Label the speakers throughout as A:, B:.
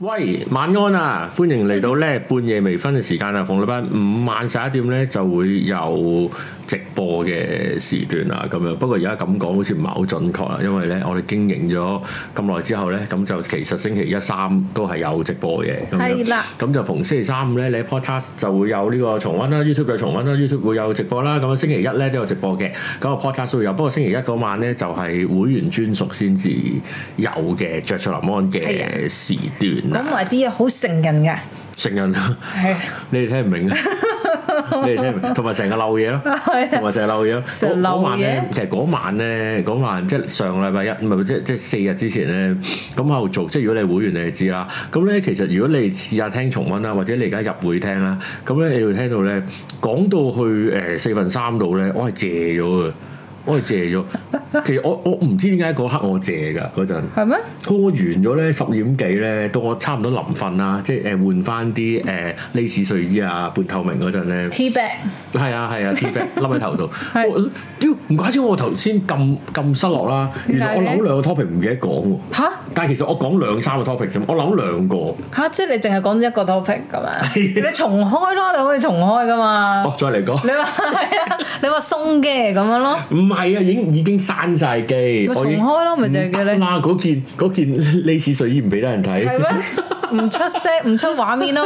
A: 喂，晚安啊！歡迎嚟到咧半夜微醺嘅時間啊，逢禮拜五晚十一點咧就會有直播嘅時段啦，咁樣。不過而家咁講好似唔係好準確啊啦，因為咧我哋經營咗咁耐之後咧，咁就其實星期一三都係有直播嘅。咁樣
B: 係啦
A: 咁就逢星期三五咧，你喺 podcast 就會有呢個重温啦，YouTube 有重温啦，YouTube 會有直播啦。咁星期一咧都有直播嘅，咁啊 podcast 都會有。不過星期一嗰晚咧就係、會員專屬先至有嘅，着咗林安
B: 係啊
A: 嘅時段
B: 講
A: 啦。
B: 埋啲嘢好成人嘅，
A: 成人，啊
B: 係
A: 你哋聽唔 明啊？你哋聽唔明，同埋成個漏嘢咯，同埋成個漏嘢咯。
B: 啊成
A: 嗰
B: 日漏
A: 嗰晚咧
B: 嘢，
A: 其實嗰晚咧，嗰晚即係上禮拜一，唔係即係即係四日之前咧，咁喺度做。即係如果你係會員，你就知啦。咁咧，其實如果你試下聽重温啦，或者你而家入會聽啦，咁咧你會聽到咧講到去誒四分三度咧，我係借咗嘅，我係借咗。其實我我唔知點解嗰刻我借㗎嗰陣。
B: 係咩？
A: 拖完咗咧十二點幾咧，到我差唔多臨瞓啦，即係誒呃換翻啲誒 lace 睡衣啊，半透明嗰陣咧，
B: T back
A: 係啊係啊 t b a 笠喺頭度，
B: 係
A: 我屌唔怪之我頭先咁咁失落啦，原來我
B: 點解
A: 諗
B: 嘅
A: 兩個 topic 唔記得講喎，
B: 吓
A: 但係其實我講兩三個 topic 啫，我諗兩個，
B: 吓，即係你淨係講一個 topic 咁
A: 係
B: 樣，你重開咯，你可以重開噶嘛？
A: 哦再嚟講
B: 你。話係啊？你話鬆嘅咁樣咯，
A: 唔係啊，已經已經閂晒機，
B: 咪
A: 我已經
B: 重開咯咪就係叫你
A: 唔得啦嗰件嗰件 lace 睡衣唔俾得人睇，
B: 係咩？唔 出聲，唔出畫面咯。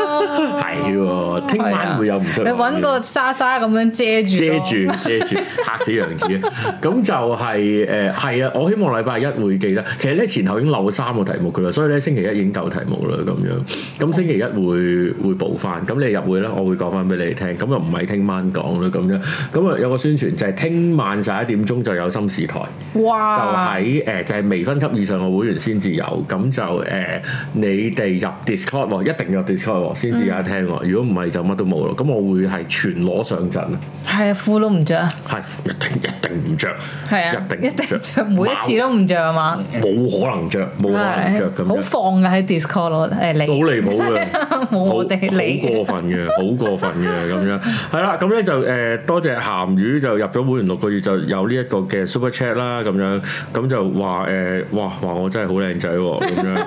A: 係喎，聽
B: 係啊
A: 晚會有唔出嚟嘅。
B: 你揾個沙沙咁樣遮住
A: 遮
B: 咯，
A: 住遮住，嚇死楊子。啊咁就係誒係啊！我希望禮拜一會記得。其實咧前後已經漏三個題目噶啦，所以咧星期一已經夠題目啦咁樣。咁星期一會會補翻。咁你入會啦，我會講翻俾你聽。咁又唔係聽晚講啦咁樣。咁啊有個宣傳就係聽晚十一點鐘就有心事台。
B: 啊
A: 就
B: 哇！
A: 喺誒、呃就係、微分級以上嘅會員先至有，咁就誒、呃你哋入 Discord 喎，一定入 Discord 喎，先至有得聽喎。如果唔係就乜都冇咯。咁我會係全裸上陣啊！
B: 係啊，褲都唔着啊，
A: 係一定一定唔着，
B: 係啊，
A: 一定
B: 一
A: 唔著
B: 定着，每一次都唔着啊嘛，
A: 冇可能着，冇可能着咁
B: 好
A: 樣，
B: 放嘅喺 Discord 咯，誒
A: 好
B: 你
A: 離譜嘅。
B: 冇我哋
A: 好
B: 你
A: 好過分嘅， 好過分嘅咁樣，係啦，咁咧就誒、呃多謝鹹魚就入咗會員六個月就有呢一個嘅 Super Chat 啦，咁樣咁就話誒、呃哇話我真係好靚仔喎，咁 樣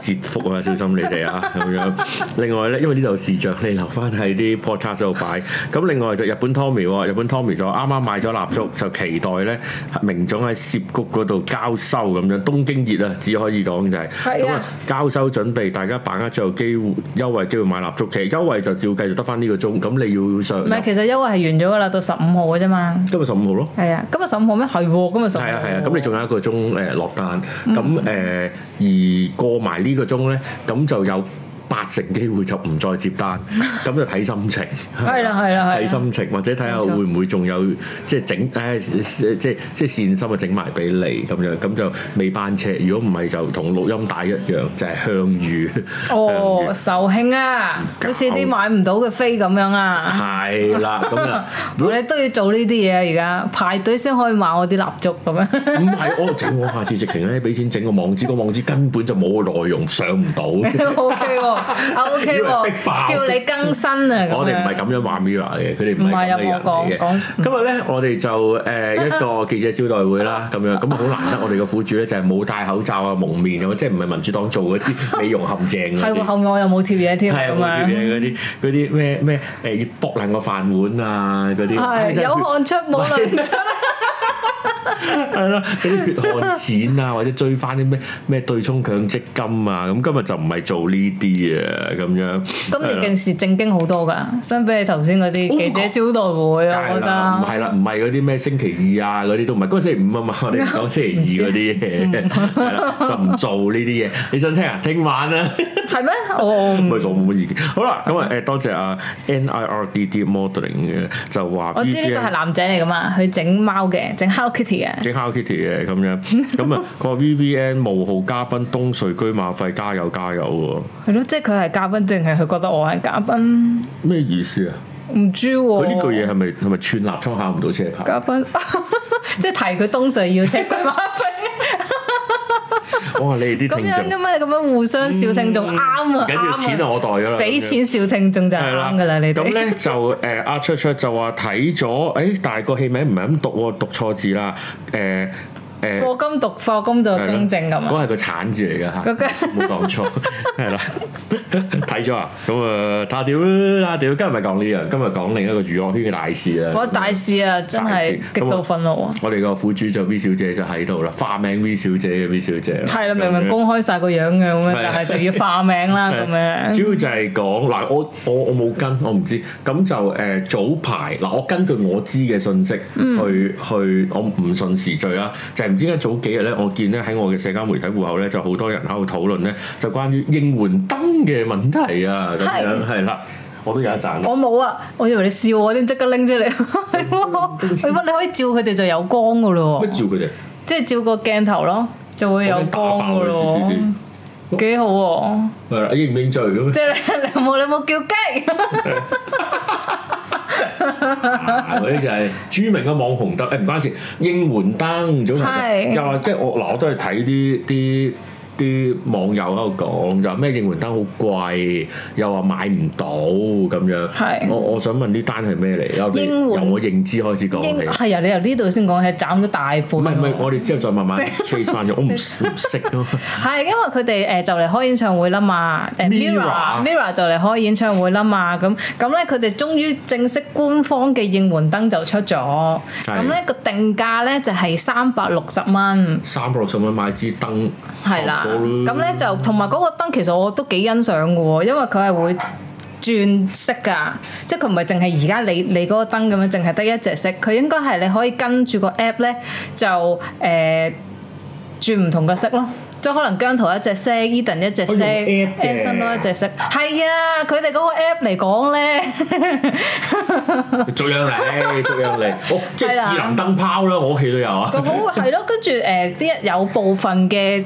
A: 折服啊，小心你哋啊，咁樣。另外咧，因為呢度視像你留翻喺啲 podcast 度擺，咁另外就日本 Tommy 喎，日本 Tommy 就啱啱買咗蠟燭，就期待咧明總喺涉谷嗰度交收咁樣，東京熱啊，只可以講就係
B: 係
A: 咁
B: 啊
A: 啊。交收準備，大家把握最後機會優惠機會買蠟燭，其實優惠就照計就得翻呢個鐘，咁你要
B: 唔係，
A: 上
B: 其實優惠係完咗噶啦，到十五號嘅啫嘛。
A: 今日十五號咯。
B: 係啊，今日十五號咩？係喎，今日十五號。
A: 係啊係啊，咁你仲有一個鐘誒落單，
B: 嗯
A: 咁誒、而過埋呢個鐘咧，咁就有八成機會就唔再接單， 咁就睇心情。
B: 係啦係啦係啦
A: 睇心情或者睇下
B: 冇錯
A: 會唔會仲有即係整誒即係即係善心啊整埋俾你咁樣，咁就未班車。如果唔係就同錄音帶一樣，就係、向遇。 向
B: 哦，
A: 遇
B: 仇慶啊，
A: 搞
B: 好似啲買唔到嘅飛咁樣啊。
A: 係啦，咁 啊，
B: 我哋都要做呢啲嘢啊！而家排隊先可以買我啲蠟燭咁樣，
A: 唔係我哦整，我下次直情咧俾錢整個網址，個網址根本就冇個內容，上唔 到。
B: O K 喎，O K
A: 以為逼爆
B: 喎，叫你更新啊！
A: 我哋唔係
B: 咁樣，
A: 咁樣話 Mira 嘅，佢哋唔
B: 唔係
A: 係咁
B: 啊
A: 嘅人嚟
B: 冇講
A: 嘅。今日咧，我哋就誒一個記者招待會啦，咁樣咁好難得。我哋嘅苦主咧就係冇戴口罩啊、蒙面咁，即係唔係民主黨做嗰 啲美容陷阱嗰
B: 係喎，嗯
A: 啲。
B: 後面我又冇貼嘢添
A: 係啊，
B: 咁
A: 冇條
B: 樣。
A: 嘢嗰啲嗰啲咩咩誒要搏爛個飯碗啊嗰啲，唉
B: 係
A: 真係
B: 有汗出冇 糧出，
A: 係啦，嗰啲血汗錢啊，或者追翻啲咩咩對沖強積金啊，咁今日就唔係做呢啲啊，咁樣。
B: 今年件事正經好多㗎，相比你頭先嗰啲記者招待會
A: 梗
B: 啊，我
A: 係
B: 覺
A: 啦，唔
B: 得
A: 係啦，唔係嗰啲咩星期二啊嗰啲都唔係，嗰個星期五啊嘛， 我哋講星期二嗰啲嘢，
B: 嗯
A: 係啦，就唔做呢啲嘢。你想聽啊？聽晚啦，
B: 係咩？我唔
A: 唔係我冇乜意見。好啦，咁啊
B: 嗯
A: 誒，多謝啊 NIRDD Modeling 嘅就話
B: 我知呢個係
A: VVN
B: 男仔嚟噶嘛，佢整貓嘅，整 Hello Kitty 嘅，
A: 整 Hello Kitty 嘅咁樣，咁啊佢話 VVN 冒號嘉賓東隧居馬費加油加油
B: 係咯，即係佢係嘉賓定係佢覺得我係嘉賓？
A: 喎，咩意思啊？
B: 唔知喎。
A: 佢呢句嘢係咪係咪串立倉考唔到車牌？
B: 嘉賓， 即係提佢東隧要車居馬費，
A: 我話你哋啲
B: 咁
A: 聽
B: 樣噶
A: 眾，嗯
B: 嘛？你咁樣互相笑聽眾啱啊，
A: 緊要錢
B: 啱
A: 啊
B: 啊，
A: 我袋㗎啦，
B: 俾錢笑聽眾就係
A: 係啦
B: 啱噶啦，你
A: 咁
B: 哋。
A: 咧就誒阿卓卓就話睇咗，誒但係個戲名唔係咁讀喎，讀錯字啦，誒、誒
B: 課金讀課金就
A: 係咯
B: 公正咁啊！
A: 嗰係個產字嚟㗎嚇
B: 嗰個，
A: 冇講錯， 係啦，睇咗啊，咁啊，他屌啦，他屌，今日咪講呢樣，今日講另一個娛樂圈嘅大事啦。
B: 我大事啊，真係極度憤怒啊！
A: 我哋個苦主就 V 小姐就喺度啦，化名 V 小姐嘅 V 小姐啦，
B: 係啦，明
A: 咁
B: 明
A: 樣
B: 公開晒個樣嘅咁樣，
A: 係啊
B: 但係就要化名 啦咁
A: 主
B: 樣。
A: 要就係講嗱，我我我冇跟，我唔知。咁就誒、呃早排嗱，我根據我知嘅信息去、
B: 嗯
A: 去，我唔信時序啦。就係、唔知點解早幾日咧，我見咧喺我嘅社交媒體戶口咧，就好多人喺度討論咧，就關於應援燈嘅問題啊，咁樣係啦。我都有一陣啦，
B: 我冇啊，我以為你笑我，點即刻拎出嚟？ 喂乜你可以照佢哋就有光噶咯
A: 咩
B: 喎，
A: 照佢哋？
B: 即係照個鏡頭咯，就會有
A: 我驚打
B: 光
A: 爆
B: 噶
A: 佢
B: 咯
A: CCTV
B: 喎，幾好喎！
A: 係啦，應唔應罪咁樣
B: 即？係你 你冇你冇叫雞，
A: 嗱啊嗰啲就係著名嘅網紅燈，誒唔關事，應援燈早晨
B: 係
A: 就又話即係我嗱，我都係睇啲啲。啲網友喺度講就話咩應援燈好貴，又話買唔到咁樣。
B: 係
A: 我我想問呢單係咩嚟？由你
B: 應援
A: 由我認知開始講
B: 應
A: 起。
B: 係啊！你由呢度先講起，斬咗大半喎。
A: 唔係唔係，我哋之後再慢 慢 trace 翻咗。我唔唔識咯。
B: 係，因為佢哋誒就嚟開演唱會啦嘛，誒
A: Mirror
B: Mirror Mirror 就嚟開演唱會啦嘛，咁咁咧佢哋終於正式官方嘅應援燈就出咗，
A: 係
B: 咁咧個定價咧就係三百六十蚊。
A: 三百六十蚊買支燈，
B: 係啦，
A: 差唔多
B: 咁咧就同埋嗰個燈其實我都幾欣賞嘅喎，因為佢係會轉色㗎，即係佢唔係淨係而家你你嗰個燈咁樣，淨係得一隻色，佢應該係你可以跟住個 app 咧就誒、呃、轉唔同嘅色咯。即係可能姜濤一隻色，Eden 一隻色
A: 我用 app 嘅
B: ，Anson 多一隻色，係啊！佢哋嗰個 app 嚟 講咧，
A: 逐樣嚟，逐樣嚟。哦，即係
B: 係啦
A: 智能燈泡啦，我屋企都有啊。
B: 咁好係咯。跟住誒啲人有部分嘅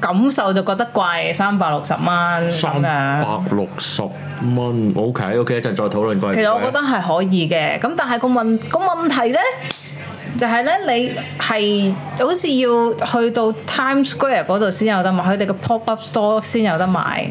B: 感受就覺得貴，三百六十蚊咁
A: 三
B: 樣。
A: 百六十蚊，OK OK，一陣再討論貴唔貴。
B: 其實我覺得係可以嘅，咁但係個問個問題咧，就係、咧你係好似要去到 Times Square 嗰度先有得買，佢哋嘅 pop up store 先有得買。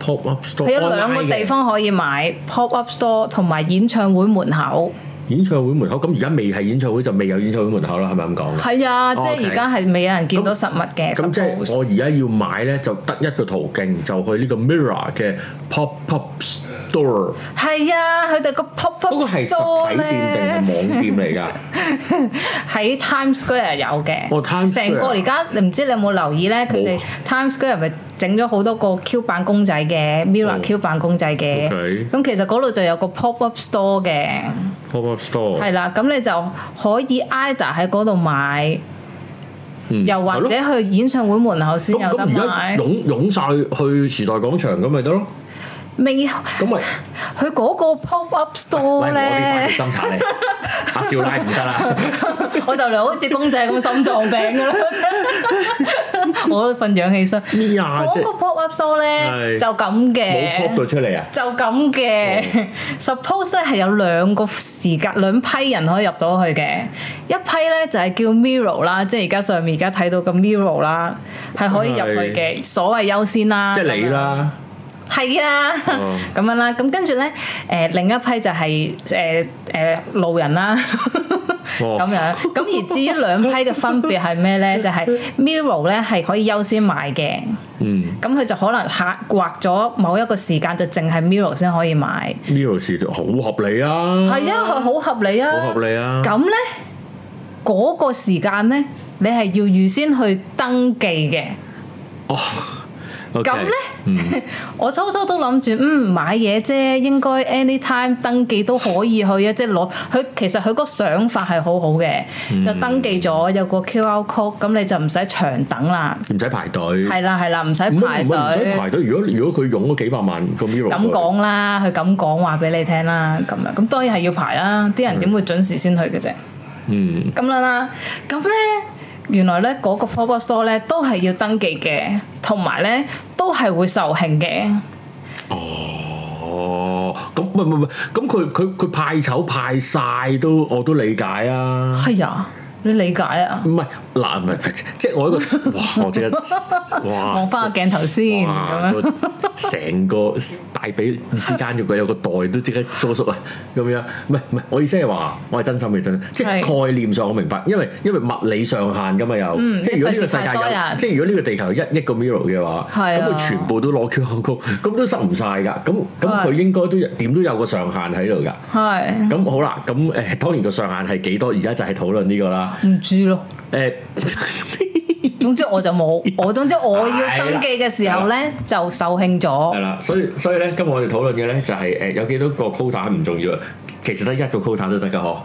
A: pop up store，
B: 佢有兩個
A: online 嘅
B: 地方可以買 pop up store 同埋演唱會門口。
A: 演唱會門口，咁而家未係演唱會就未有演唱會門口啦，係咪咁講？
B: 係啊，
A: 哦
B: 即係
A: OK
B: 而家係未有人見到實物嘅。
A: 咁即係
B: suppose
A: 我而家要買咧，就得一個途徑，就去呢個 Mirror 嘅 pop up store。
B: 係啊，佢哋個 pop
A: 嗰
B: up
A: 個係實
B: store
A: 體店
B: 咧
A: 定係網店嚟 㗎？
B: 喺 Times Square 有嘅。
A: 哦，Times
B: 成
A: Square
B: 個而家你唔知你有冇留意咧？佢哋 Times Square 咪整咗好多個 Q 版公仔嘅
A: 哦
B: ，Mirror Q 版公仔嘅。
A: OK
B: 咁其實嗰度就有個 pop up store 嘅，
A: pop up store
B: 係啦。咁你就可以 either 喺嗰度買，
A: 嗯
B: 又或者
A: 係咯
B: 去演唱會門口先
A: 咁
B: 有
A: 咁
B: 得
A: 而家
B: 買。
A: 湧湧晒去時代廣場咁咪得咯？
B: 未，
A: 咁咪
B: 佢嗰個 pop
A: 喂
B: up store
A: 我啲快活
B: 咧，
A: 心態嚟，阿少奶唔得 啦。
B: 我就嚟好似公仔咁心臟病 㗎啦，我都瞓氧氣箱。
A: 咩啊？即
B: 嗰個
A: 係
B: pop up show
A: 係
B: 咧就咁
A: 冇 pop
B: 嘅
A: 到，出嚟 啊！
B: 就咁嘅。Suppose 咧係有兩個時間兩批人可以入到去嘅，一批咧就係叫 Mirror 啦，即係而家上面而家睇到嘅 Mirror 啦，係可以入去嘅，所謂優先啦。
A: 即係你啦，
B: 係啊，
A: 哦
B: 咁樣啦，咁跟住咧，誒、另一批就係誒誒路人啦，咁、
A: 哦
B: 樣。咁而至於兩批嘅分別係咩咧？就係、Mirror 咧係可以優先買嘅，
A: 嗯
B: 咁佢就可能下劃咗某一個時間就淨係 Mirror 先可以買。
A: ，Mirror 時代好合理啊，
B: 係啊，佢好合理啊，
A: 好合理啊
B: 咁咧嗰個時間咧，你係要預先去登記嘅。
A: 哦，嗯
B: 咁咧， 我初初都諗住，嗯，買嘢啫，應該 anytime 登記都可以去啊，即係攞佢其實佢個想法係好好嘅，就登記咗有個 QR code，咁你就唔使長等啦。
A: 唔使排隊，
B: 係啦係啦，唔使
A: 唔
B: 排
A: 係唔係唔使
B: 隊。
A: 排隊。如果如果佢用咗幾百萬個 Mirror，
B: 咁講啦，佢咁講話俾你聽啦，咁樣咁當然係要排啦，啲人點會準時先去嘅啫？
A: 嗯，
B: 咁樣啦，咁咧原來咧嗰個 pop up store 咧都係要登記嘅，同埋咧都係會售罄嘅。
A: 哦，咁唔係唔係，咁佢佢佢派籌派晒都我都理解啊。
B: 係啊，你理解啊？
A: 唔係嗱，唔係即係我一個哇，我即刻哇
B: 望翻個鏡頭先咁
A: 哇
B: 樣，
A: 個成個大髀之間有個有個袋都即刻縮縮啊，咁樣唔係唔係，我意思係話我係真心嘅真心，即係
B: 係
A: 概念上我明白，因為因為物理上限噶嘛又，
B: 嗯
A: 即係如果呢個世界
B: 費事太多
A: 有，
B: 人
A: 即係如果呢個地球有一億個 mirror 嘅話，
B: 係
A: 咁
B: 啊
A: 佢全部都攞 QR code，咁都塞唔晒㗎，咁咁佢
B: 係
A: 應該都有點都有個上限喺度㗎。
B: 係
A: 咁好啦，咁誒、當然個上限係幾多？而家就係討論呢個啦。
B: 唔知 咯。
A: 誒、
B: 總之我就冇，我總之我要登記嘅時候咧就售罄
A: 係
B: 咗，
A: 啦，所以所以咧，今日我哋討論嘅咧就係、誒、有幾多個 quota 唔重要，啊其實得一個 quota 都得㗎嗬。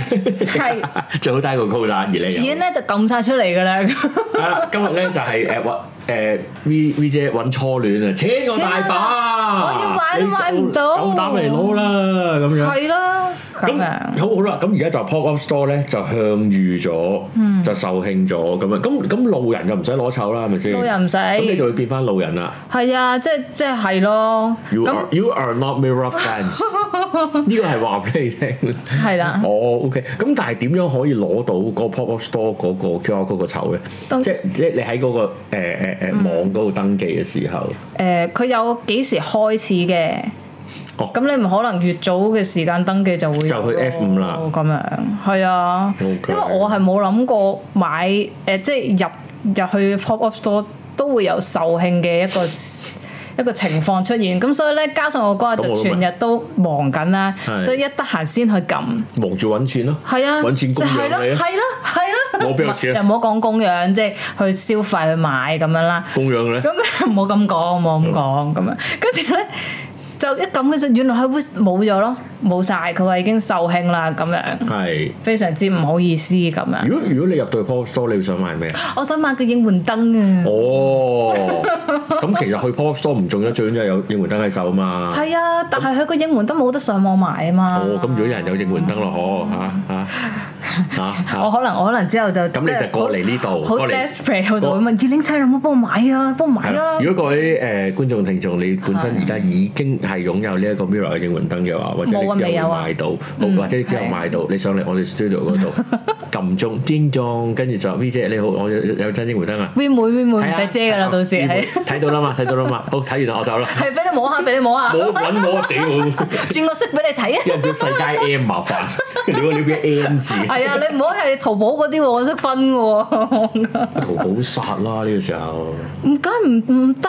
A: 哎
B: 係
A: 最好低個 quota 而你有
B: 錢咧就撳晒出嚟噶啦，
A: 係啦，今日咧就係 誒揾誒 V V 姐揾初戀啊，錢我大把，
B: 我要買都
A: 你夠
B: 買唔到
A: 夠膽嚟攞啦咁樣。
B: 係啦咁
A: 啊
B: 啊
A: 咁
B: 樣，
A: 好好啦，咁而家就 pop up store 咧就向預咗，
B: 嗯
A: 就售罄咗咁樣，咁咁路人就唔使攞籌啦，係咪先？
B: 路人唔使
A: 咁你就會變翻路人啦。
B: 係啊，即係即係係咯，
A: You
B: 咁
A: are you are not mirror fans，呢個係話俾你聽。
B: 係啦。
A: 哦，OK，咁但係點樣可以攞到個 pop up store 嗰個 QR code 個籌咧？
B: 登
A: 即即係你喺嗰個誒誒誒
B: 嗯
A: 網嗰度登記嘅時候，
B: 誒，呃佢、有幾時開始嘅？
A: 哦
B: 咁你唔可能越早嘅時間登記就會有
A: 就去 F5 啦
B: 咯咁樣係啊
A: OK
B: 因為我係冇諗過買誒、即係入入去 pop up store 都會有售罄嘅一個。一個情況出現，咁所以咧，加上我嗰日
A: 咁
B: 就
A: 我都
B: 全日都忙緊啦
A: 係，
B: 所以一得閒先去撳。
A: 忙住揾錢咯，
B: 係啊，
A: 揾錢
B: 就
A: 供
B: 係咯，
A: 養你
B: 係
A: 啊，
B: 咯，係咯。
A: 我邊有錢啊
B: 又唔好講供養，即係去消費去買咁樣啦。
A: 供養 你啊。
B: 咁唔好咁講，冇咁講咁樣。跟住咧就一撳起上，原來係會冇咗咯，冇晒，佢話已經售罄啦咁樣，
A: 係，
B: 非常之唔好意思咁樣。
A: 如果如果你入到去 pop up store，你想買 咩啊？
B: 我想買個應援燈啊！
A: 哦，咁其實去 pop up store 唔重要，最緊要有應援燈喺手啊嘛。
B: 係啊，但係佢個應援燈冇得上網買啊嘛。
A: 哦，咁如果有人有應援燈咯，嗬嚇 嚇嚇
B: 我
A: 嚇，
B: 可能我可能之後就咁
A: 咁你就過嚟呢度，
B: 好
A: 過嚟
B: desperate，我就會問二零七有冇幫我買啊？幫我買
A: 係
B: 啦
A: 啦，！如果各位誒、呃、觀眾聽眾，你本身而家已經係擁有呢一個 Mirror 嘅應援燈嘅話，或者你
B: 冇啊
A: 之
B: 未
A: 後
B: 有
A: 會
B: 啊
A: 買到，好或者你之後
B: 係啊
A: 買到，你上嚟我哋 studio 嗰度 撳鐘，叮咚，跟住就 V 姐你好，我有有真應援燈啊！
B: V 妹 V 妹
A: 係
B: 唔
A: 啊
B: 使遮噶啦，到時
A: 係啊
B: 係
A: 睇到啦嘛，睇到啦 嘛，好睇完啦，我走啦，
B: 係俾你摸下，俾你摸下，
A: 冇揾我屌，
B: 轉個色俾你睇啊！
A: 因為世界 M 麻煩，屌你俾 M 字，
B: 係啊，你唔好係淘寶嗰啲喎，我識分嘅喎。
A: 淘寶殺啦呢個時候，
B: 唔梗係唔唔得，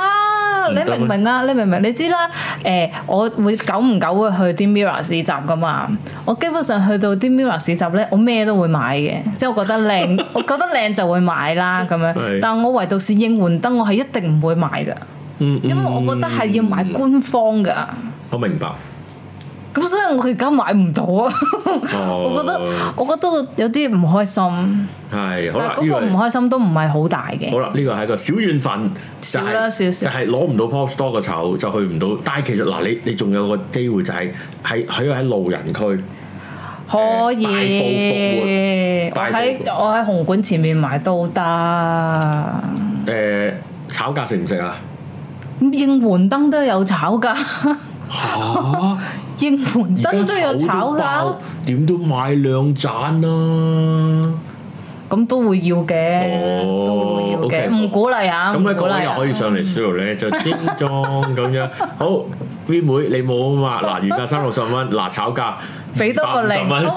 B: 你明唔明啊？你明唔明？你知啦，誒、我會久唔久會去啲 Mirror 市集噶嘛。我基本上去到啲 Mirror 市集咧，我咩都會買嘅，即係我覺得 靚，我覺得靚就會買啦咁
A: 係
B: 樣。但我唯獨是應援燈，我係一定唔會買噶，
A: 嗯，
B: 因為我覺得係要買官方噶。
A: 我明白，
B: 咁所以我而家買唔到啊！
A: 哦
B: 我覺得我覺得有啲唔開心，
A: 係好啦
B: 但係，
A: 呢
B: 啊嗰
A: 個
B: 個唔
A: 係。
B: 開心都唔係好大嘅。
A: 好啦，呢個係一個小怨憤，就
B: 少
A: 係
B: 啦少少
A: 就係攞唔到 pop store 個籌，就去唔到。但係其實嗱，你你仲有個機會就係喺喺喺路人區，
B: 可以，
A: 誒
B: 我
A: 敗部復活敗
B: 喺
A: 部
B: 我喺紅館前面買都得。
A: 誒、
B: 嗯
A: 炒價食唔食啊？
B: 咁應援燈都有炒㗎，
A: 嚇！
B: 應援燈都有炒
A: 而家炒到
B: 㗎
A: 爆，點都買兩盞啦、
B: 咁都會要嘅，
A: 哦
B: 都會要
A: OK，
B: 嘅，唔鼓勵啊，
A: 咁
B: 唔
A: 咧，各
B: 鼓
A: 位
B: 勵
A: 又
B: 啊
A: 可以上嚟 studio 咧，就精裝咁樣。好，V 妹你冇啊嘛？嗱，原價三六十蚊，嗱炒價
B: 俾多個
A: 250
B: 零，
A: 蚊
B: 哇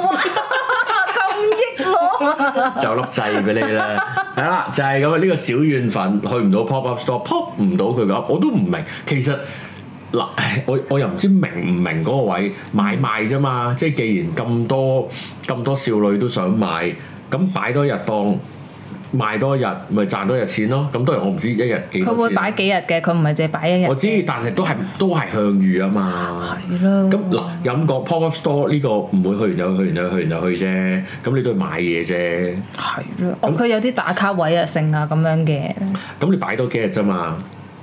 B: 咁益我，
A: 就粒掣俾你啦， 係啦，就係咁啊！呢個小怨憤去唔到 pop up store，pop 唔到佢個 up，我都唔明。其實嗱， 唉我我又唔知明唔明嗰個位買賣啫嘛。即係既然咁多咁多少女都想買，咁擺多日檔賣多日，咪賺多日錢咯。咁當然我唔知一日幾
B: 佢
A: 多
B: 會
A: 錢
B: 擺。幾日嘅，佢唔係淨係擺一日
A: 我，知，但係都係都係向預啊嘛。
B: 係咯，
A: 咁嗱，有咁講 pop up store 呢個唔會去完就去，去完就去，完就去啫。咁你都係買嘢啫。
B: 係咯，哦佢有啲打卡位啊、剩啊咁樣嘅，
A: 咁你擺多幾日啫嘛，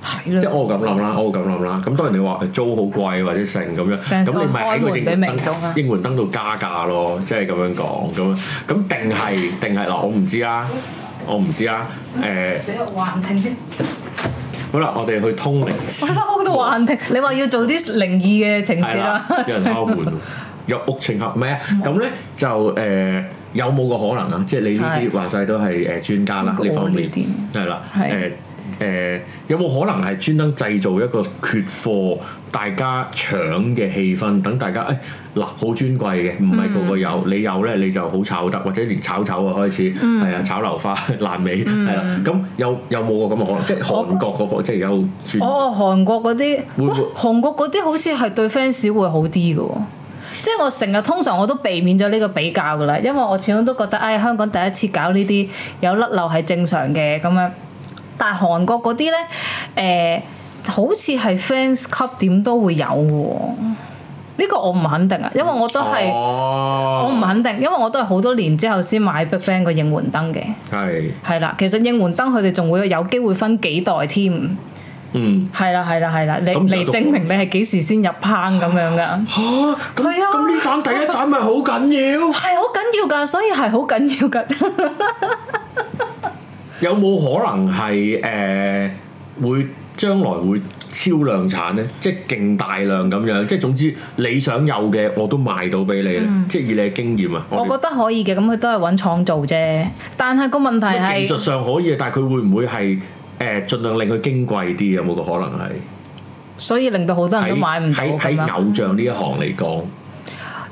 B: 係
A: 即係
B: 咯，
A: 我咁諗啦，我咁諗啦。咁當然你話誒租好貴或者成咁樣，
B: 但係
A: 咁你咪喺個
B: 嗯開門
A: 應
B: 俾
A: 援
B: 明眾啊
A: 燈應援燈度加價咯，即係咁樣講咁樣。咁定係定係嗱，我唔知啊，我唔知啊。誒、
B: 死我幻聽添。
A: 好啦，我哋去通靈寺
B: 我嬲到幻聽，你話要做啲靈異嘅情
A: 係
B: 節啊
A: 啦
B: 啦，，
A: 有人敲 門喎，入屋請客咩？咁咧就誒、有冇個可能啊？即係你呢啲
B: 係
A: 話晒都係誒專家啦，
B: 咁
A: 呢方面
B: 我呢
A: 係啦，
B: 係
A: 誒誒有冇可能係專登製造一個缺貨、大家搶嘅氣氛，等大家誒嗱好尊貴嘅，唔係
B: 嗯
A: 個個有，你有咧你就好炒得，或者連炒炒啊開始
B: 嗯
A: 係啊炒樓花 爛尾係啦，咁有有冇個咁嘅可能？即係韓國嗰個即係有專
B: 哦，韓國嗰啲，
A: 會
B: 哇
A: 會
B: 韓國嗰啲好似係對 fans 會好啲嘅喎。即係我成日通常我都避免咗呢個比較㗎啦，因為我始終都覺得，唉、香港第一次搞呢啲有甩漏係正常嘅咁樣。但係韓國嗰啲咧，誒、好似係 fans 級點都會有喎。呢個我唔肯定啊，因為我都係、我唔
A: 哦，
B: 肯定，因為我都係好多年之後先買 BigBang 個應援燈嘅。
A: 係
B: 係啦，其實應援燈佢哋仲會有機會分幾代添。
A: 嗯
B: 係啦係啦係啦，你
A: 咁就
B: 嚟證明你係幾時先入坑咁樣噶？
A: 嚇咁
B: 係啊
A: 咁呢盞第一盞咪好緊要？
B: 係好緊要㗎，所以係好緊要㗎。
A: 有冇可能係誒、呃、會將來會超量產咧？即係勁大量咁樣，即係總之你想有嘅我都賣到俾你咧。即係以你嘅經驗啊，
B: 嗯我
A: 哋
B: 覺得可以嘅，咁佢都係揾廠做啫。但係個問題
A: 技術
B: 係，
A: 上可以啊，但係佢會唔會係誒、呃、盡量令佢矜貴啲？有冇個可能係？
B: 所以令到好多人都買唔到
A: 喺
B: 咁
A: 喺
B: 樣。
A: 偶像呢一行嚟講，定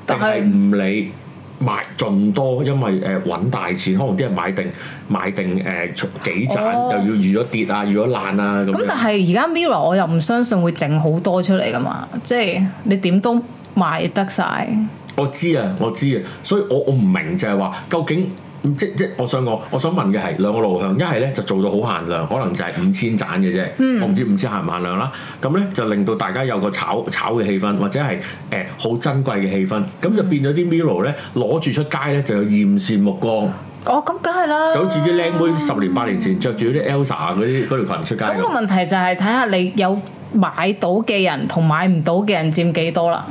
B: 但係
A: 係唔理買盡多，因為誒揾大錢，可能啲人買定買定誒出幾盞，
B: 哦
A: 又要預咗跌啊，預咗爛啊咁
B: 咁
A: 樣
B: 但。係而家 Mirror 我又唔相信會整好多出嚟㗎嘛，即係你點都賣得晒。
A: 我知啊，我知啊，所以我我唔明就係話，究竟即即我想講，我想問嘅係兩個路向，一係咧就做到好限量，可能就係五千盞嘅啫，我唔知五千限唔限量啦。咁咧就令到大家有個炒炒嘅氣氛，或者係誒好珍貴嘅氣氛，咁就變咗啲 Miro 咧攞住出街咧就有豔羨目光，
B: 哦，咁梗係啦。
A: 就好似啲靚妹十年八年前着住啲 Elsa 嗰啲嗰條裙出街
B: 咁個
A: 咁。
B: 問題就係睇下你有買到嘅人同買唔到嘅人佔幾多啦。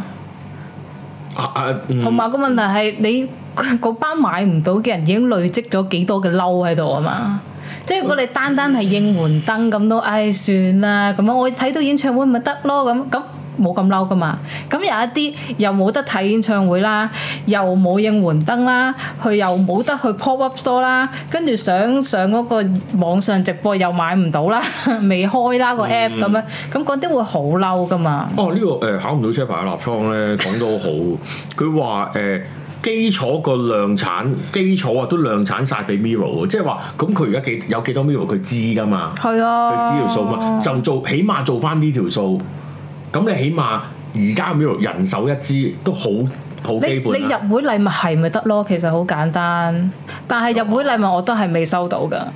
A: 啊啊，嗯
B: 同埋個問題係你 嗰班買唔到嘅人已經累積咗幾多嘅嬲喺度啊嘛！即係如果你單單係應援燈咁都，唉算啦咁樣，我睇到演唱會咪得咯咁咁。冇咁嬲噶嘛，咁有一啲又冇得睇演唱會啦，又冇應援燈啦，佢又冇得去 pop up store 啦，跟住想上嗰個網上直播又買唔到啦， 未開啦個 app 咁
A: 嗯
B: 樣，咁嗰啲會好嬲噶嘛。
A: 哦，呢、個誒、呃考唔到車牌嘅立倉咧講得好好，佢話誒基礎個量產基礎啊都量產晒俾 Miro 喎，即係話咁佢而家幾有幾多 Miro 佢知噶嘛，
B: 係啊，
A: 佢知條數嘛，就做起碼做翻呢條數，咁你起碼而家 Miro 人手一支都好好
B: 你
A: 基本啊
B: 你
A: 啦
B: 入會禮物係咪得咯？其實好簡單，但係入會禮物我都係未收到 噶。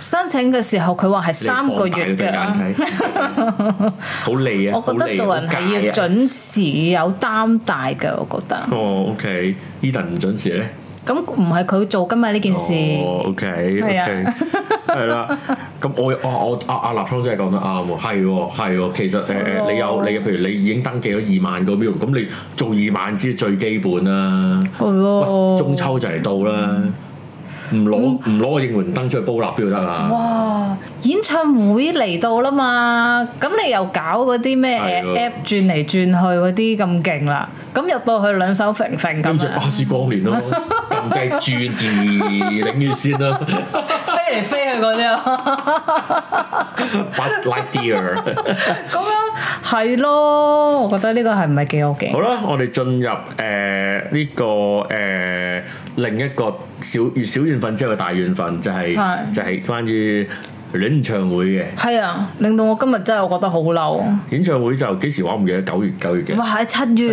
B: 申請嘅時候佢話係
A: 你
B: 三個
A: 放大佢
B: 月㗎，
A: 對眼 睇好利啊！
B: 我覺
A: 好利
B: 得
A: 啊
B: 做人
A: 好
B: 係要
A: 假啊
B: 準時有擔戴嘅，我覺得。
A: 哦，OK，Eden 唔準時咧。
B: 咁唔係佢做㗎嘛呢件事，
A: 哦，OK，OK，
B: 係啊
A: 係啦。咁我我我阿阿立聰真係講得啱喎，係喎係喎。其實誒誒，你有你譬如你已經登記咗二萬個 bill，咁你做二萬支最基本啦。
B: 係
A: 喂
B: 咯，
A: 中秋就嚟到啦，唔攞唔攞個應援燈出去煲蠟標得啊啦。
B: 嗯哇！演唱會嚟到啦嘛，咁你又搞嗰啲咩
A: 係喎
B: app 轉嚟轉去嗰啲咁勁啦，咁入到去兩手揈揈
A: 跟住
B: 咁啊
A: 巴
B: 樣，
A: 士光年咯，撳掣轉 字頂住先啦
B: 飛嚟飛去嗰啲啊。
A: ，Bus Light Dear。
B: 咁樣係咯，我覺得呢個係唔係幾好嘅？
A: 好啦，我哋進入呃誒呢、個誒、另一個小越小緣分之後嘅大緣分，就係、
B: 係
A: 就係關於演唱會嘅
B: 係啊，令到我今日真係我覺得好嬲。
A: 演唱會就幾時話唔記得九月九月嘅，
B: 哇！喺七月，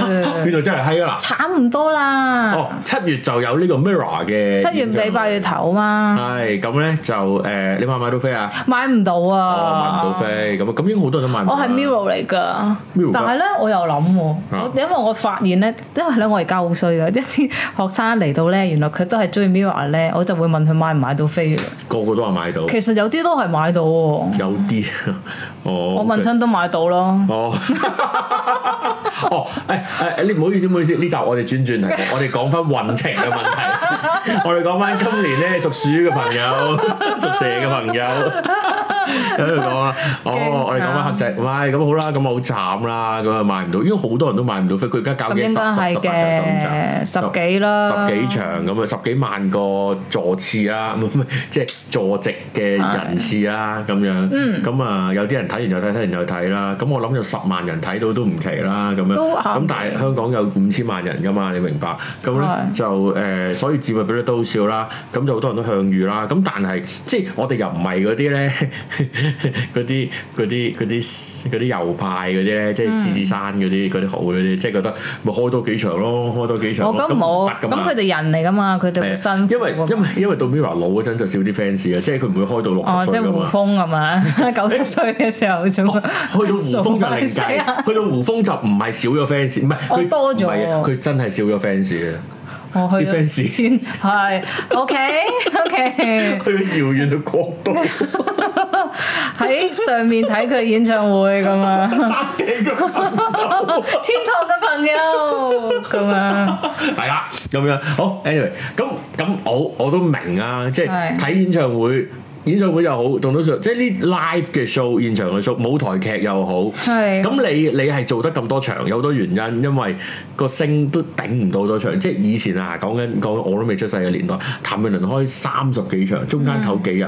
A: 原來真係閪啦！
B: 慘唔多啦。
A: 哦，七月就有呢個 Mirror 嘅
B: 啊七月尾八月
A: 演唱
B: 頭嘛，
A: 會，係咁咧就誒、你買唔買到飛啊？
B: 買唔到
A: 我、哦買唔
B: 啊
A: 到。飛，咁咁應該好多人都買唔到
B: 我
A: 啦。
B: 係 Mirror 嚟㗎
A: Mirror 㗎，啊
B: 但係咧我又諗喎，我因為我發現咧，因為咧我而家好衰㗎，一啲學生嚟到咧，原來佢都係中意 Mirror 咧，我就會問佢買唔買到飛嘅。
A: 個個都話買到，
B: 其實有啲都係買到喎，
A: 有啲 哦，
B: 我問親都買到咯。
A: 哦，哦，誒誒，你唔好意思，唔好意思，呢集我哋轉轉題目，我哋講翻運程嘅問題，我哋講翻今年咧屬鼠嘅朋友，屬蛇嘅朋友，喺度講啊，哦，我哋講翻黑仔，喂，咁好啦，咁好慘啦，咁啊買唔到，因為好多人都買唔到飛，佢而家搞
B: 咁
A: 幾十
B: 應
A: 十
B: 該係嘅，
A: 十
B: 十
A: 十幾
B: 幾啦，
A: 十幾場咁啊，十幾萬個座次啊， 唔係唔係即係坐席嘅人次啊，咁樣，
B: 嗯
A: 咁啊有啲人睇完又睇，睇完又睇啦，咁我諗有十萬人睇到都唔奇啦，咁樣，
B: 都啱
A: 咁但係香港有五千萬人噶嘛，你明白？咁咧
B: 係
A: 就誒、呃所以佔嘅比率都好少啦，咁就好多人都向隅啦，咁但係即係我哋又唔係嗰啲咧， 嗰啲嗰啲嗰啲嗰啲右派嗰啲咧，即
B: 嗯
A: 係獅子山嗰啲嗰啲好嗰啲，即係覺得咪開多幾場咯，開多幾場
B: 我
A: 咯，
B: 咁
A: 唔
B: 冇，
A: 得
B: 咁
A: 㗎嘛
B: 佢哋人嚟噶嘛，佢哋好辛苦啊
A: 因為
B: 㗎嘛
A: 因為因為到 Mirror 老嗰陣就少啲 fans 嘅，即係佢唔會開到六
B: 哦，
A: 十
B: 即
A: 歲
B: 係
A: 噶
B: 胡
A: 嘛。
B: 風咁 嘛，九十歲嘅時候仲
A: 去到胡風就 另計，去到胡風就唔係少咗 fans，唔係佢
B: 哦啊多咗
A: 唔係啊佢真係少咗 fans 嘅。
B: 我去
A: 啲 fans
B: 先係 OK OK
A: 去遙遠嘅國 度，
B: 喺上面睇佢演唱會咁樣，
A: 山頂嘅朋友，
B: 天堂嘅朋友咁樣，
A: 係啦，咁樣好。anyway，咁咁我我都明啊，即係
B: 係
A: 睇演唱會。演唱會又好，動到上即係呢 live 嘅 show、現場嘅 show、舞台劇又好，
B: 係
A: 咁你你係做得咁多場，有好多原因，因為個聲都頂唔到多場。即係以前啊，講緊講我都未出世嘅年代，譚詠麟開三十幾場，中間唞幾日，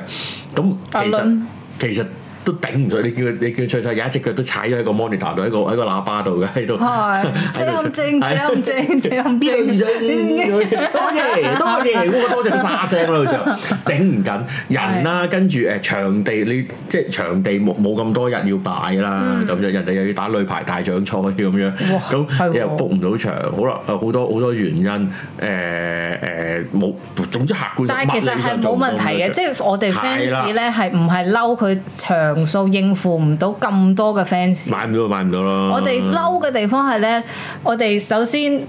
A: 咁、
B: 嗯阿
A: 其實
B: 倫
A: 其實都頂唔到。你叫佢你叫佢唱唱，有一隻腳都踩咗喺個 monitor 度，喺個喺個喇叭度嘅喺度。
B: 係正正正正正
A: 邊
B: 正，
A: 多謝多謝，嗰個多謝佢沙聲啦，佢就頂唔緊人啦，跟住誒場地你即係場地冇冇咁多人要擺啦，咁樣人哋又要打女排大獎賽咁樣，
B: 嗯哇係
A: 咁
B: 喎
A: 你又 book 唔到場，好啦，有好多好多原因誒誒冇，總之客觀上
B: 但係其實
A: 物理
B: 係
A: 上做
B: 冇
A: 唔到
B: 問題
A: 咁
B: 嘅，
A: 樣
B: 即係我哋
A: 係啦
B: fans 咧係唔係嬲佢場數應付唔到咁多嘅 fans？
A: 買唔到就買唔到啊咯，
B: 我哋嬲嘅地方係咧，我哋首先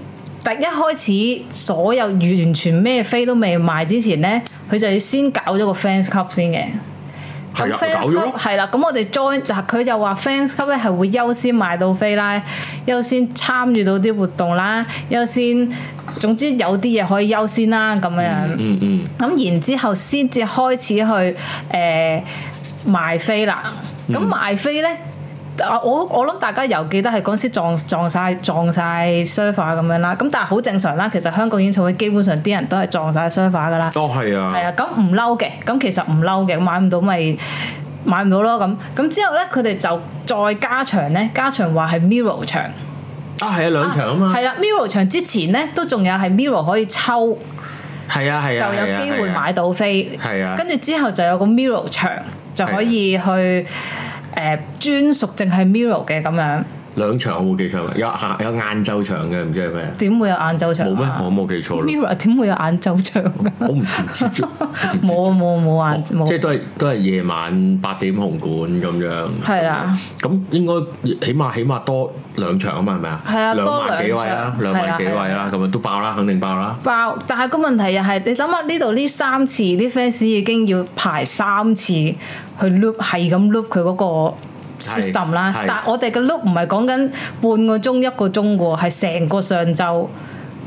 B: 第一開始所有完全咩飛都未賣之前咧，佢就要先搞咗個 fans club 先嘅。
A: 係
B: 咁
A: 啊
B: fans
A: 搞咗
B: club
A: 咯，
B: 係啦，咁我哋 join 就係佢就話 fans club 咧係會優先買到飛啦，優先參與到啲活動啦，優先總之有啲嘢可以優先啦咁樣。
A: 嗯嗯。
B: 咁然之後先至開始去誒、呃、賣飛啦。
A: 嗯
B: 咁賣飛咧，啊我我諗大家又記得係嗰陣時撞撞曬撞曬 server 咁樣啦。咁但係好正常啦。其實香港演唱會基本上啲人都係撞晒 server 噶啦。
A: 哦，係
B: 係
A: 啊，
B: 啊，咁唔嬲嘅，咁其實唔嬲嘅，買唔到咪買唔到咯咁。咁之後咧，佢哋就再加場咧，加場話係 mirror 場，
A: 啊係啊，兩場啊嘛，
B: 係啦，mirror 場之前咧都仲有係 mirror 可以抽，
A: 係啊係
B: 就
A: 啊，
B: 有機會買到飛。
A: 係啊，
B: 跟住之後就有個 mirror 場，就可以去誒、呃、專屬淨係 mirror 嘅咁樣。
A: 兩場我冇記錯嘅，有下有晏晝場嘅，唔知係咩？
B: 點會有晏晝場
A: 冇咩？我
B: 啊
A: 冇記 錯咯，
B: ？mirror 點會有晏晝場㗎？
A: 我唔知 啫，
B: 冇冇冇晏
A: 即係
B: 冇。
A: 都係都係夜晚八點紅館咁樣。
B: 係啦，
A: 咁應該起碼起碼多兩場啊嘛，係咪啊？
B: 係啊
A: 兩
B: 多
A: 萬幾
B: 兩
A: 位啦，
B: 場
A: 兩
B: 係
A: 萬
B: 啊
A: 幾位
B: 係
A: 啦，咁樣都爆啦，肯定爆啦。
B: 爆，但係個問題又係，你諗下呢度呢三次啲 fans 已經要排三次去 loop，係咁 loop 佢嗰個 system 啦
A: 係。
B: 但係我哋嘅 loop 唔係講緊半個鐘一個鐘喎，係成個上晝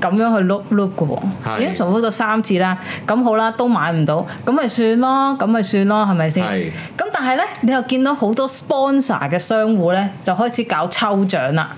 B: 咁樣去 loop loop 嘅
A: 係
B: 喎，已經重複咗三次啦。咁好啦，都買唔到，咁咪算咯，咁咪算咯，係咪先？
A: 係
B: 咁但係咧，你又見到好多 sponsor 嘅商戶咧，就開始搞抽獎啦。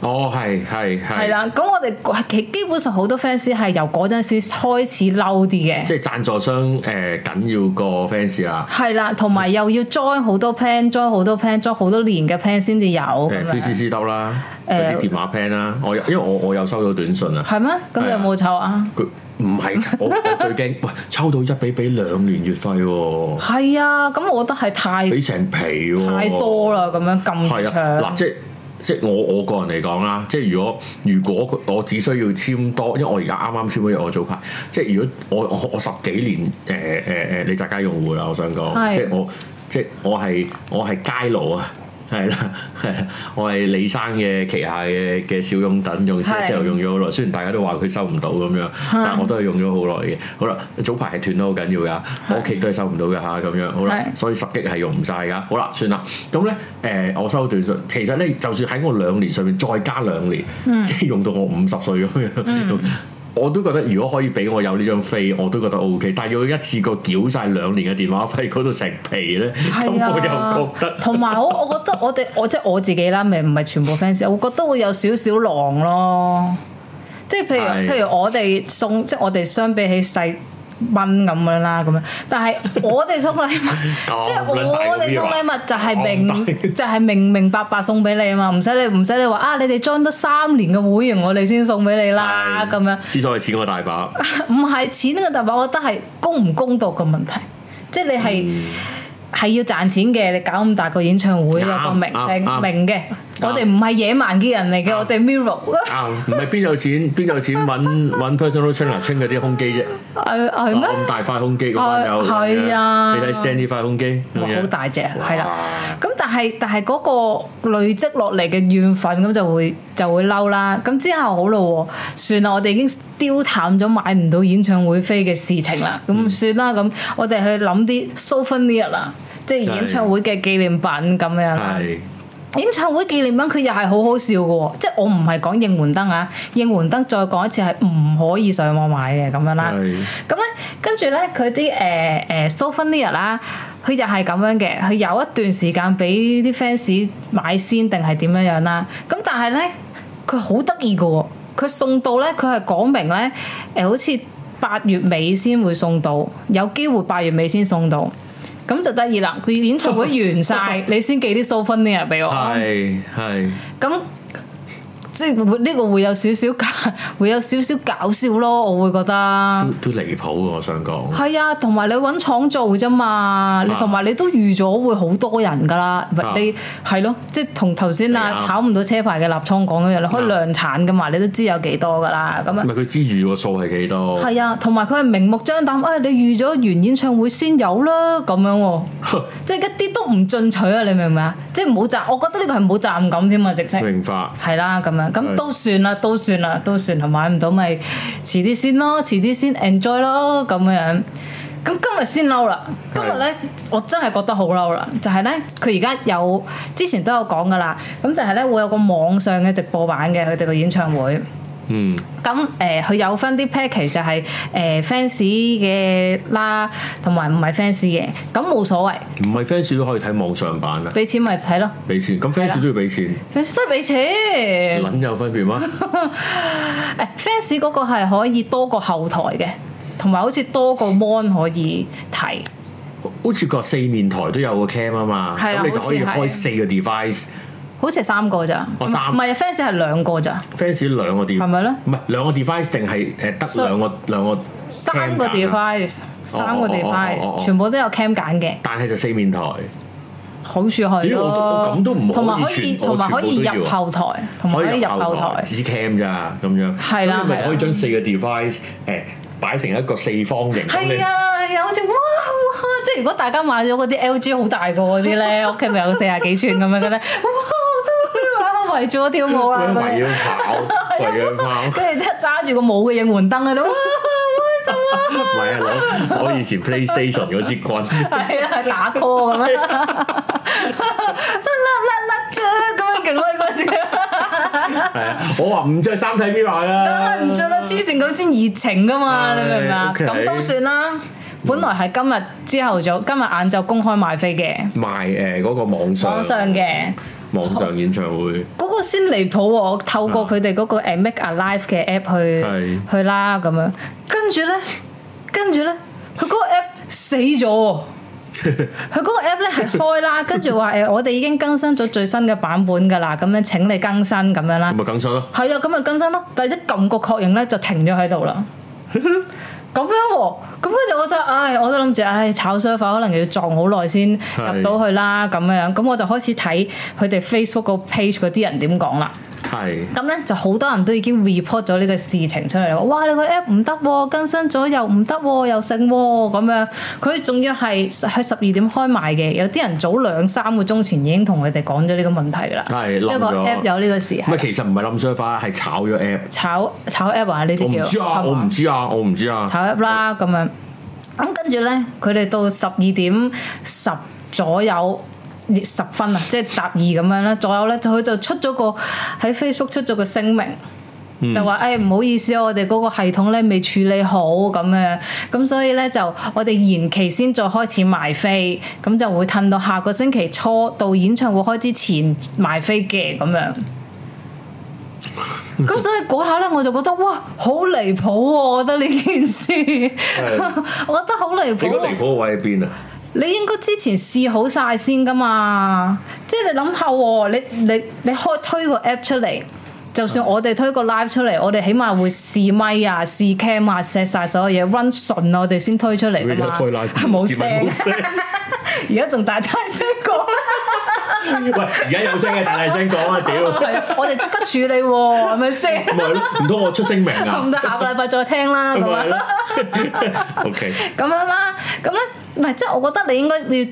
A: 哦，係係
B: 係
A: 係，
B: 啦，咁我哋其基本上好多 fans 係由嗰陣時開始嬲啲嘅，
A: 即係贊助商誒緊要過 fans 啊啦。
B: 係啦，
A: 嗯
B: 同埋又要 join 好多 plan，join 好多 plan，join 好多年嘅 plan 先至有
A: 誒
B: 咁樣，
A: 3CC 得啦，嗰
B: 誒
A: 啲電話 plan 啦，我有因為我我有收到短信啊。
B: 係咩？咁你有冇湊啊？
A: 佢唔係我我最驚， 喂抽到一比比兩年月費喎、
B: 係啊，咁我覺得係太
A: 俾成皮喎、
B: 太多啦，咁樣撳
A: 哎係
B: 住
A: 啊，
B: 搶
A: 嗱，即係即係我我個人嚟講啦，即係如果如果佢我只需要簽多，因為我而家啱啱簽咗嘢，我早排，即係如果我我我十幾年誒誒誒李澤楷用戶啦，我想講，
B: 係
A: 即係我即係我係我係街奴啊。係啦，係啦，我係李生嘅旗下嘅嘅小擁躉，用 C
B: 係
A: S L 用咗好耐。雖然大家都話佢收唔到咁樣，但我都係用咗好耐嘅。好啦，早排係斷得好緊要㗎，我屋企都係收唔到㗎嚇咁樣。好啦，
B: 係
A: 所以十擊係用唔晒㗎。好啦，算啦。咁咧誒，我收短信，其
B: 嗯
A: 實咧就算喺我兩年上面再加兩年，即係用到我五十歲咁樣，我都覺得如果可以俾我有呢張飛，我都覺得 O K。但係要一次過繳晒兩年嘅電話費嗰度成皮咧，咁
B: 係
A: 我
B: 啊
A: 又覺得，
B: 同埋我我覺得我哋我即係我自己啦，咪唔係全部 fans，我覺得會有少少狼咯。即係譬
A: 係
B: 如譬如我哋送，即係我哋相比起細蚊咁樣啦，咁樣。但係我哋送禮物，即係
A: 咁撚大
B: 我
A: 個
B: 哋
A: view
B: 送
A: 啊
B: 禮物就係
A: 咁大
B: 明就係明明白白送俾你啊嘛，唔使你唔使你話啊，你哋 join 得三年嘅會員，我哋先送俾你啦
A: 係
B: 咁樣。
A: 之所以錢我大把，
B: 唔係錢嘅，但係我覺得係公唔公道嘅問題，即係你係
A: 嗯
B: 係、要賺錢嘅，你搞咁大個演唱會有個
A: 啱
B: 明星
A: 啱啱
B: 明嘅，
A: 啱
B: 我哋唔係野蠻嘅人嚟嘅，
A: 啱
B: 我哋 mirror
A: 啊唔係邊有錢邊有錢揾揾 personal trainer 清嗰啲胸肌啫，
B: 係係咩？
A: 咁大塊胸肌嗰班友，
B: 係係啊
A: 你睇 Stanley 塊胸肌，
B: 哇，
A: 咁樣
B: 好大隻，啊
A: 哇
B: 係啦。咁但係但係嗰個累積落嚟嘅怨憤，咁就會就會嬲啦。咁之後好咯喎，算啦，我哋已經丟淡咗買唔到演唱會飛嘅事情啦。
A: 嗯
B: 咁算啦，咁我哋去諗啲 souvenir 啦，即係
A: 係
B: 演唱會嘅紀念品咁樣啦。
A: 係
B: 演唱會紀念品佢又係好好笑嘅喎，即係我唔係講應援燈啊，應援燈再講一次係唔可以上網買嘅咁樣啦。
A: 係
B: 咁咧，跟住咧佢啲誒誒 souvenir 啦，佢又係咁樣嘅，佢有一段時間俾啲 fans 買先定係點樣樣啦。咁但係咧，佢好得意嘅喎，佢送到咧，佢係講明咧誒、好似八月尾先會送到，有機會八月尾先送到。咁就得意啦！佢演唱會完晒，你先寄啲 souvenir 俾我。
A: 係係
B: 咁即係會呢個會有少少搞， 會有少少搞笑咯，我會覺得
A: 都。都離譜喎，我想講。
B: 係啊，同埋你揾廠做啫嘛，你同埋你都預咗會好多人噶啦，唔
A: 啊
B: 係你係咯，即係同頭先
A: 係
B: 啊
A: 啊
B: 考唔到車牌嘅立倉講嗰樣，你可以
A: 啊
B: 量產噶嘛，你都知有幾多噶啦，咁樣
A: 唔。係佢知預個數係幾多？
B: 係啊，同埋佢係明目張膽，誒、哎你預咗完演唱會先有啦，咁樣喎、即係一啲都唔進取啊！你明唔明啊？即係冇責，我覺得呢個係冇責任感添啊！直 情
A: 明白。
B: 係啦，咁樣咁
A: 係
B: 都算啦，都算啦，都算係買唔到咪遲啲先咯，遲啲先 enjoy 咯，咁樣。咁今日先嬲啦，今日咧我真係覺得好嬲啦，就係咧佢而家有之前都有講噶啦，咁就係咧會有個網上嘅直播版嘅佢哋個演唱會。
A: 嗯，
B: 咁誒，呃佢、有分啲 package 就係誒 fans 嘅啦，同埋唔係 fans 嘅，咁冇所謂，
A: 唔係 fans 都可以睇網上版啊，
B: 俾錢咪睇咯
A: 俾錢。咁 fans 都要俾錢，
B: ，fans 都係俾錢。
A: 撚有分別嗎？
B: 誒 fans 嗰個係可以多個後台嘅，同埋好似多個 mon 可以睇，
A: 好似個四面台都有個 cam 啊嘛，
B: 係啊
A: 咁你就可以
B: 好
A: 開
B: 似
A: 四個 device。
B: 好似係三個咋，
A: 哦
B: 唔
A: 三
B: 係唔係 fans 係兩個咋，
A: fans 兩個 device
B: 係咪咧？
A: 唔係兩個 device 定係誒得兩個兩個 cam
B: 三個
A: 架
B: device，
A: 哦
B: 三個
A: 哦哦哦哦
B: device，全部都有 cam 揀嘅。
A: 但係就四面台，
B: 好處係
A: 咦我都
B: 咯，
A: 我咁都唔可以
B: 同埋可以
A: 全部
B: 同埋可以
A: 全部都
B: 入
A: 要啊
B: 後台，同埋可以入後台。
A: 只 cam 咋咁樣。
B: 係
A: 咁
B: 啦
A: 你
B: 係
A: 咪
B: 啦
A: 可以將四個 device 誒擺成一個四方形。咁你
B: 係啊，係啊，好似哇哇！即係如果大家買咗嗰啲 LG 好大個嗰啲咧，屋企咪有四廿幾寸咁樣嘅咧，哇！都圍住我 跳舞啦
A: 咁
B: 咁
A: 樣圍
B: 樣，
A: 咗跑，圍咗跑。
B: 跟 住即係啊揸住個舞嘅應援燈喺 度，哇！好
A: 唔係啊，攞攞以前 PlayStation 嗰支 棍，
B: 開心啊！係啊，打 call 咁樣，啦啦啦啦咁樣勁開心
A: 係啊，我話唔着衫睇 Mirror
B: 梗
A: 啦，
B: 係唔做啦，黐線咁先熱情噶嘛，
A: 唉
B: 你明唔明啊？
A: OK
B: 咁都算啦。本來係今日朝頭早，今日晏晝公開賣飛嘅，
A: 賣誒嗰個網上
B: 網上嘅。
A: 網上演唱會，
B: 嗰個先離譜喎！我透過佢哋嗰個誒 Make Alive 嘅 app 去
A: 係
B: 去啦咁樣，跟住咧，跟住咧，佢嗰個 app 死咗喎！佢嗰個 app 咧係開啦，跟住話誒，我哋已經更新咗最新嘅版本㗎啦，咁樣請你更新咁樣啦
A: 咁。咪更新咯。
B: 係啊，咁咪更新咯，但係一撳個確認咧就停咗喺度 啦。咁樣喎、咁跟住我就，唉，我都諗住，唉，炒 server 可能要撞好耐先入到去啦，咁樣樣，咁我就開始睇佢哋 Facebook 個 page 嗰啲人點講啦。
A: 係
B: 咁咧就好多人都已經 report 咗呢個事情出嚟，話哇你個 app 唔得喎，更新咗又唔得喎，又剩喎咁樣。佢仲要係喺十二點開賣嘅，有啲人早兩三個鐘前已經同佢哋講咗呢個問題㗎啦。
A: 係
B: 即係個
A: 冧咗
B: app 有呢個事
A: 唔係其實唔係冧 server，係炒咗 app。
B: 炒炒 app 啊？呢
A: 我唔
B: 啲
A: 知
B: 叫
A: 啊，我
B: 係嘛
A: 唔知啊，我唔知啊。
B: 炒 app 啦咁樣。咁跟住咧，佢哋到十二點十左右。十分啊，即係搭二咁樣啦，左右咧，就佢就出咗個喺 Facebook 出咗個聲明，
A: 嗯
B: 就話誒唔好意思，啊我哋嗰個系統咧未處理好咁樣，咁所以咧就我哋延期先再開始賣飛，咁就會褪到下個星期初到演唱會開之前賣飛嘅咁 樣。咁所以嗰下咧，我就覺得哇，好離譜喎！我覺得呢件事， 我覺得好離
A: 你
B: 譜
A: 個
B: 喎
A: 離譜。嘅位喺邊啊？
B: 你應該之前試好晒先噶嘛，即係你諗下喎，你你你開推個 app 出嚟，就
A: 啊
B: 算我哋推個 live 出嚟，我哋起碼會試咪啊、試 cam 啊、set 晒所有嘢 run 順啊，我哋先推出嚟噶嘛。
A: 節
B: 冇
A: 目
B: 聲
A: 冇，聲。
B: 而家仲大大聲講，
A: 喂，而家有聲嘅，大大聲講啊！屌，
B: 係我哋即刻處理喎，係 咪先？
A: 咪係咯，唔通我出聲明啊
B: 咁？得下個禮拜再聽啦，
A: 咪
B: 咁樣
A: 係。咯，OK。
B: 咁樣啦，咁咧唔係即係我覺得你應該要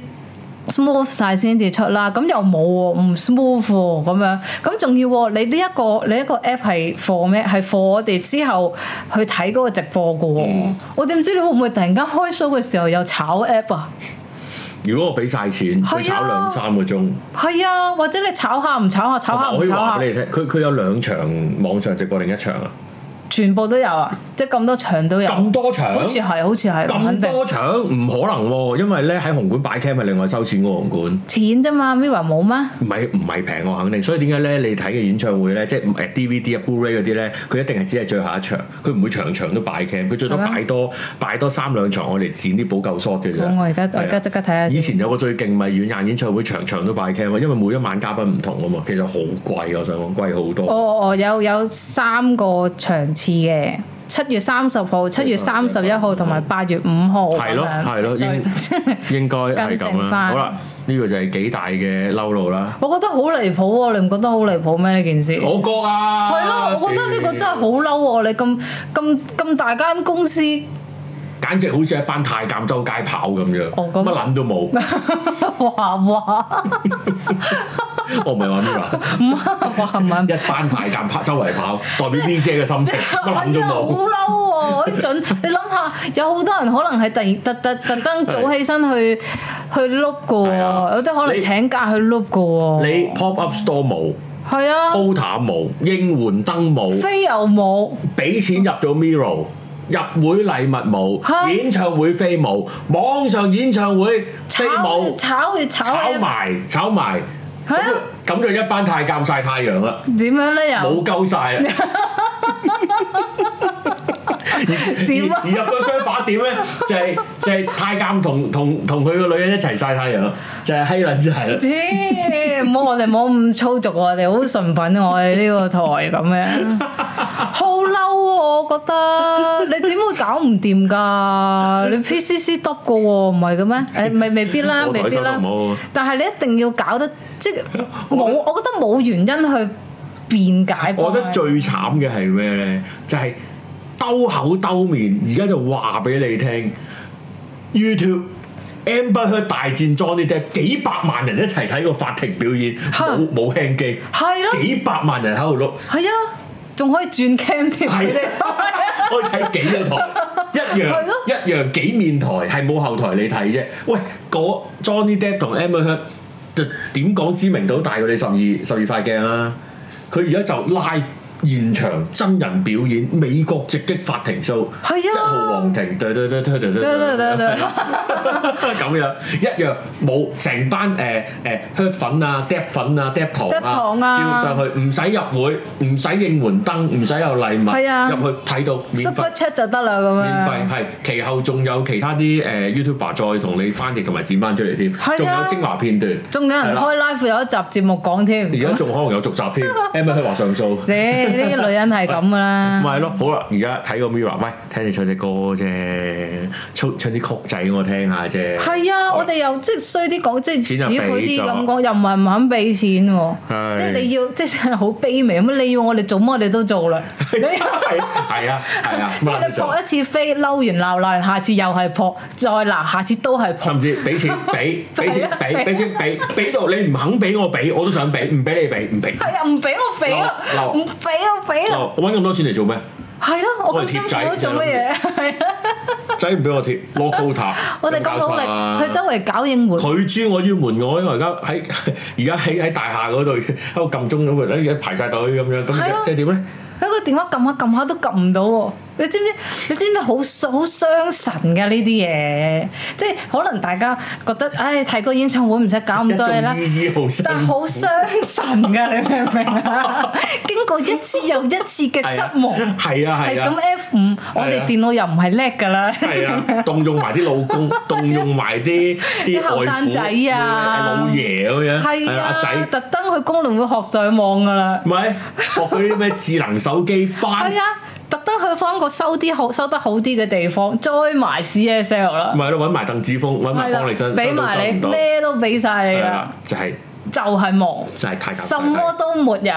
B: smooth 晒先至出啦，咁又冇喎，唔 smooth 喎咁樣，咁仲要喎，你呢、一個你一個 app 係 for 咩？係 for 我哋之後去睇嗰個直播嘅喎，
A: 嗯
B: 我點知你會唔會突然間開 show 嘅時候又炒 app 啊？
A: 如果我俾晒錢，
B: 係啊
A: 佢炒兩三個鐘，
B: 係啊，或者你炒下唔炒下，炒下
A: 我
B: 唔
A: 可以
B: 炒
A: 話
B: 下
A: 俾，你聽，佢佢有兩場網上直播，另一場啊，
B: 全部都有啊，即係咁多場都有，
A: 咁多場，
B: 好似係，好似係，唔肯
A: 咁
B: 定
A: 多場唔可能喎，因為咧喺紅館擺 cam 係另外收錢嘅喎紅館。
B: 錢啫嘛，Mira 冇咩？
A: 唔係唔係平我肯定，所以點解咧？你睇嘅演唱會咧，即係誒 DVD 啊、Blu-ray 嗰啲咧，佢一定係只係最後一場，佢唔會場場都擺 cam，佢最多
B: 係咩
A: 擺多擺多三兩場我嚟剪啲補救 shot 嘅啫。
B: 好我而家
A: 係
B: 我
A: 啊
B: 而家即刻睇下
A: 以
B: 先。
A: 前有個最勁咪軟硬演唱會，場場都擺 cam 啊，因為每一晚嘉賓唔同啊嘛，其實好貴，我想講貴好
B: 哦
A: 多。
B: 哦，哦有有三個場次嘅，七月三十號、七月三十一嗯號同埋八月五號
A: 係咯
B: 咁樣
A: 係咯
B: Sorry，
A: 應該係
B: 更
A: 咁
B: 正
A: 啦。
B: 返
A: 好啦，呢個就係幾大嘅嬲路啦。
B: 我覺得好離譜喎，你唔覺得好離譜咩呢件事？
A: 我覺啊，
B: 係咯，我覺得呢個真係好嬲喎！你咁咁咁大間公司，
A: 簡直好似一班太監周街跑咁樣，
B: 哦
A: 乜
B: 咁
A: 撚都 冇。
B: 哇哇
A: 我唔係話 Mira。
B: 唔係哇唔 係。
A: 一班大間拍周圍跑，代表 V 姐嘅心情，乜撚都
B: 係啊，好
A: 冇。
B: 嬲喎！我啲準，你諗下，有好多人可能係突然特特特登早起身去去碌嘅
A: 係
B: 喎，
A: 啊
B: 有啲可能
A: 你
B: 請假去碌嘅喎。
A: 你 pop up store 冇
B: 係啊，
A: ，quota 冇，應援燈冇，
B: 飛又冇，
A: 俾錢入咗 Miro，入會禮物冇，
B: 係
A: 演唱會飛冇，網上演唱會飛
B: 炒
A: 冇，
B: 炒就炒啊
A: 炒
B: 嘅
A: 埋炒埋，
B: 係啊
A: 咁咁就一班太監晒太陽啦，
B: 點樣咧又
A: 冇鳩啊晒啦。
B: 點 啊
A: 而？入個商法點咧，就係、就係、太監同同同佢個女人一齊晒太陽啦，就係閪撚就係啦。啊
B: 切，唔好我哋唔好咁粗俗，我哋好純品，我哋呢個台咁樣，好嬲喎！我覺得你點會搞唔掂㗎？你 PCC 得㗎喎，唔係嘅咩？誒，未未必 啦，
A: 我台
B: 未必
A: 收得
B: 啦
A: 唔好。
B: 但係你一定要搞得即係 冇，我覺得冇原因去辯解。
A: 我覺得最慘嘅係咩咧？就係、兜口兜面，而家就話俾你聽，YouTube。Amber Heard 大戰 Johnny Depp，幾百萬人一齊睇個法庭表演，
B: 嚇
A: 冇冇輕機，
B: 係咯
A: 幾百萬人喺度碌，
B: 係啊，仲可以轉 cam 添，
A: 係啊
B: 你 哋
A: 我睇幾個台，一樣
B: 係咯
A: 一樣幾面台，係冇後台你睇啫。喂，嗰 Johnny Depp 同 Amber Heard 就點講知名度大過你十二十二塊鏡啊？佢而家就 live 現場真人表演美國直擊法庭 show，
B: 係啊
A: 一號皇庭，對對對對對對
B: 對 對對
A: 咁樣一樣冇成班誒誒 Heard 粉啊、Depp 粉啊、Depp 糖
B: Depp 糖啊
A: 照上去，唔使入會，唔使應援燈，唔使有禮物，
B: 係啊
A: 入去睇到免
B: super
A: 費。
B: chat 就得啦咁啊
A: 免
B: 樣
A: 費。係，其後仲有其他啲誒、YouTuber 再同你翻譯同埋剪翻出嚟添，
B: 係啊
A: 仲有精華片段，
B: 仲有
A: 係
B: 人
A: 啦
B: 開 live 有一集節目講添，
A: 而
B: 你
A: 家仲可能有續集 添，M 佢話上訴，咪
B: 呢啲女人係咁噶啦，
A: 係咯，好啦，而家睇個 Mirror，喂，聽你唱只歌啫，唱唱啲曲仔我聽下啫，
B: 係啊！我哋又即係衰啲講，即係
A: 錢
B: 屎
A: 哦就
B: 佢
A: 俾
B: 啲
A: 咗
B: 咁講，又唔係唔肯俾錢喎，
A: 係
B: 即係你要 即係好卑微咁，你要我哋做乜我哋都做 啦。你
A: 係係啊係啊，
B: 即係
A: 冇
B: 你
A: 錯
B: 撲一次飛，嬲完鬧鬧完，下次又係撲，再鬧，下次都係撲。
A: 甚至俾錢俾俾錢俾俾錢俾，俾到你唔肯俾我俾，我都想俾，唔俾你俾唔俾。
B: 係啊，唔俾我俾啊
A: 嬲嬲，
B: 唔俾我俾啊，
A: 我揾咁多錢嚟做 咩？
B: 係咯，我
A: 我哋
B: 咁辛
A: 貼
B: 苦
A: 仔
B: 做乜嘢？係啊，
A: 仔唔俾我貼，攞 quota
B: 我哋咁
A: 搞
B: 努
A: 錯啊
B: 力去周圍搞應援，
A: 佢追我於門外，因為我而家喺 而家喺喺大廈嗰度喺度撳鐘咁，而家排晒隊咁樣，咁
B: 係
A: 就
B: 啊
A: 即係點咧？
B: 佢個電話撳下撳下都撳唔到喎。你知唔知？你知唔知好好傷神㗎呢啲嘢？即係可能大家覺得，唉，睇個演唱會唔使搞咁多嘢啦。
A: 一種意義好辛
B: 但好
A: 苦
B: 傷神㗎，你明唔明 啊？經過一次又一次嘅失望，
A: 係啊係啊
B: 咁 F 五，我哋電腦又唔係叻㗎啦。
A: 係 啊，動用埋啲老公，動用埋啲啲
B: 啲後
A: 外父
B: 生仔啊
A: 老爺咁樣，
B: 係
A: 阿
B: 啊，
A: 仔。
B: 特登去工聯會學上網㗎啦
A: 唔。係學嗰啲咩智能手機班
B: 係，啊，特登去翻個收啲好收得好啲嘅地方，栽埋 CSL 啦
A: 唔。係咯，揾埋鄧志峰，揾
B: 係
A: 埋
B: 啦
A: 方力申，
B: 俾埋你咩啊都俾晒你
A: 係
B: 啦
A: 啦，，就係
B: 就係忙，
A: 就係太搞
B: 什麼都沒有。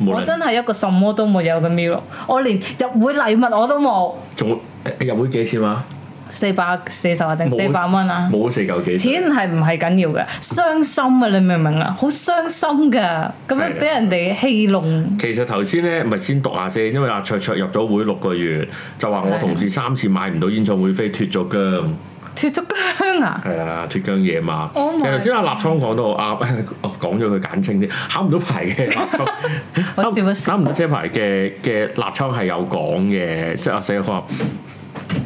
A: 冇
B: 我
A: 人
B: 真係一個什麼都沒有嘅 Miro，我連入會禮物我都冇，
A: 仲誒入會幾錢啊？
B: 四百四十定
A: 冇
B: 四百蚊啊！
A: 冇四嚿幾？
B: 錢係唔係緊要嘅，傷心啊！你明唔明啊？好傷心㗎，咁
A: 啊
B: 樣俾人哋戲弄，
A: 其實頭先咧，咪先讀下先，因為阿卓卓入咗會六個月，就話我同事三次買唔到演唱會飛，脱咗姜。
B: 脱足姜啊！
A: 係啊，脱姜野馬。
B: Oh my
A: 其實頭先阿立倉講到好啱，哦 講咗佢簡稱啲，考唔到牌 嘅立倉
B: 我笑一笑
A: 考唔到車牌嘅嘅立倉係有講嘅，即係阿死佢話，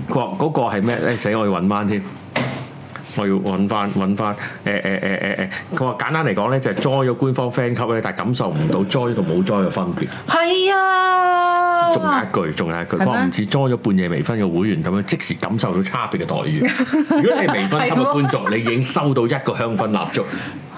A: 佢話嗰個係咩？誒死我要揾翻添。我要揾翻揾翻誒誒誒誒誒，佢話簡單嚟講咧，就係 join 咗官方 friend 級咧，但係感受唔到 join 同冇 join 嘅分別。
B: 係啊，
A: 仲有一句，仲有一句，
B: 係咩
A: 我唔止裝咗半夜微醺嘅會員咁樣，即時感受到差別嘅待 遇。如果你係微醺級嘅觀眾，你已經收到一個香薰蠟燭，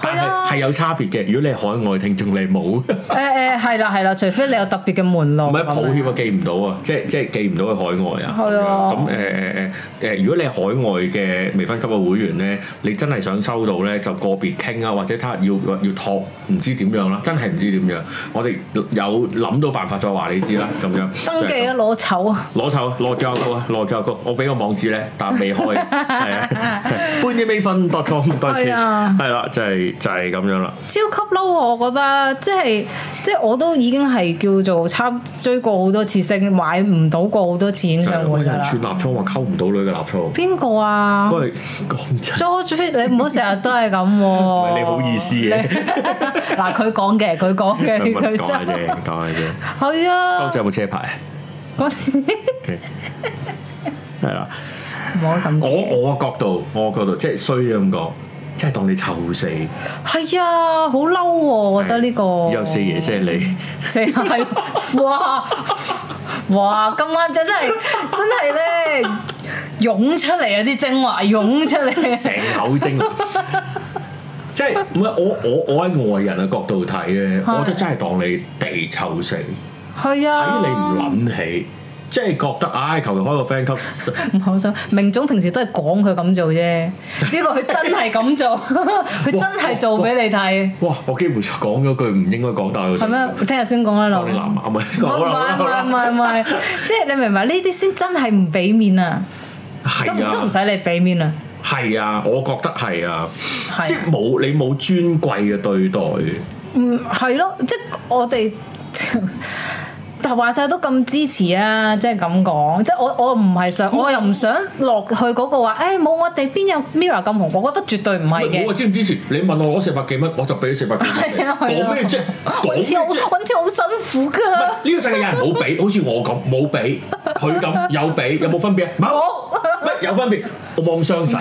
A: 但
B: 係啊
A: 係係有差別嘅。如果你係海外聽眾，你冇， 唔
B: 誒誒係啦係啦，除非你有特別嘅門路。
A: 係
B: 咁樣
A: 抱歉啊，記唔到啊，即係即係記唔到去海外啊。
B: 係啊
A: 咁誒誒誒誒，如果你係海外嘅微醺級嘅會員咧，你真係想收到咧，就個別傾啊，或者睇下要要託，唔知點樣啦，真係唔知點樣。我哋有諗到辦法再話你知啦，咁樣
B: 登記啊，攞籌啊！
A: 攞籌攞 QR code 啊，攞 QR code，我俾個網址咧，但係未開， 係啊，半夜未瞓 .com 多謝，
B: 係啊
A: 係啦，就係就係咁樣啦，
B: 超級嬲啊！我覺得即係即係我都已經係叫做參追過好多次星，買唔到過好多次演唱
A: 有
B: 會㗎
A: 人
B: 啦。
A: 串立倉話溝唔到女嘅立倉，
B: 邊個啊
A: 嗰係講真，
B: ？George Fit，你唔好成日都係咁
A: 係
B: 喎。
A: 你好意思嘅，
B: 嗱，佢講嘅，佢講嘅，
A: 唔係
B: 佢
A: 講下
B: 真
A: 啫，講下啫，
B: 係
A: 當
B: 啊！
A: 時有冇車牌？
B: 嗰時
A: 係啦，
B: 唔好咁
A: 我
B: 嘅。
A: 我角度，我角度即係衰咁講，即係當你臭死，
B: 係啊，好嬲喎！我覺得呢個
A: 有四爺先係你。
B: 即係哇哇！今晚真係真係咧，湧出嚟啊啲精華，湧出嚟。
A: 成口精華，即係唔係我我我喺外人嘅角度睇咧，
B: 係
A: 我覺得真係當你地臭死，睇
B: 係啊，
A: 你唔諗起，即係覺得唉，求其開個 friend 級，
B: 唔好心。明總平時都係講佢咁做啫，呢個佢真係 咁做，佢真係做俾你睇。
A: 哇！我幾乎就講咗句唔應該講，但係我就
B: 係咩？我聽日先講啦，
A: 當
B: 劉
A: 你。男啱啊！
B: 唔係
A: 好
B: 唔
A: 啦
B: 係
A: 好
B: 唔
A: 啦好
B: 係唔
A: 啦
B: 係唔係，即係你明啊白呢啲先真係唔俾面啊！根
A: 係
B: 本都唔
A: 啊，
B: 使你俾面啊！
A: 係啊，我覺得係啊，
B: 係
A: 即係冇你冇尊貴嘅對待，
B: 嗯，係咯，即係我哋 但話晒都咁支持啊，即係咁講，即係我我唔係想，我又唔想落去嗰個話，誒、哎冇我哋邊有 Mira 咁紅，我覺得絕對唔係
A: 我話
B: 嘅。
A: 支唔支持？你問我攞四百幾蚊，我就俾你四百幾
B: 係
A: 蚊
B: 啊，
A: 講
B: 係啊
A: 咩啫？講咩
B: 揾錢好
A: 啫？
B: 揾錢好辛苦㗎，
A: 呢個世界有人冇俾，好似我咁冇俾，佢咁有俾，有冇分別啊？冇，乜有分別？我冇咁傷神，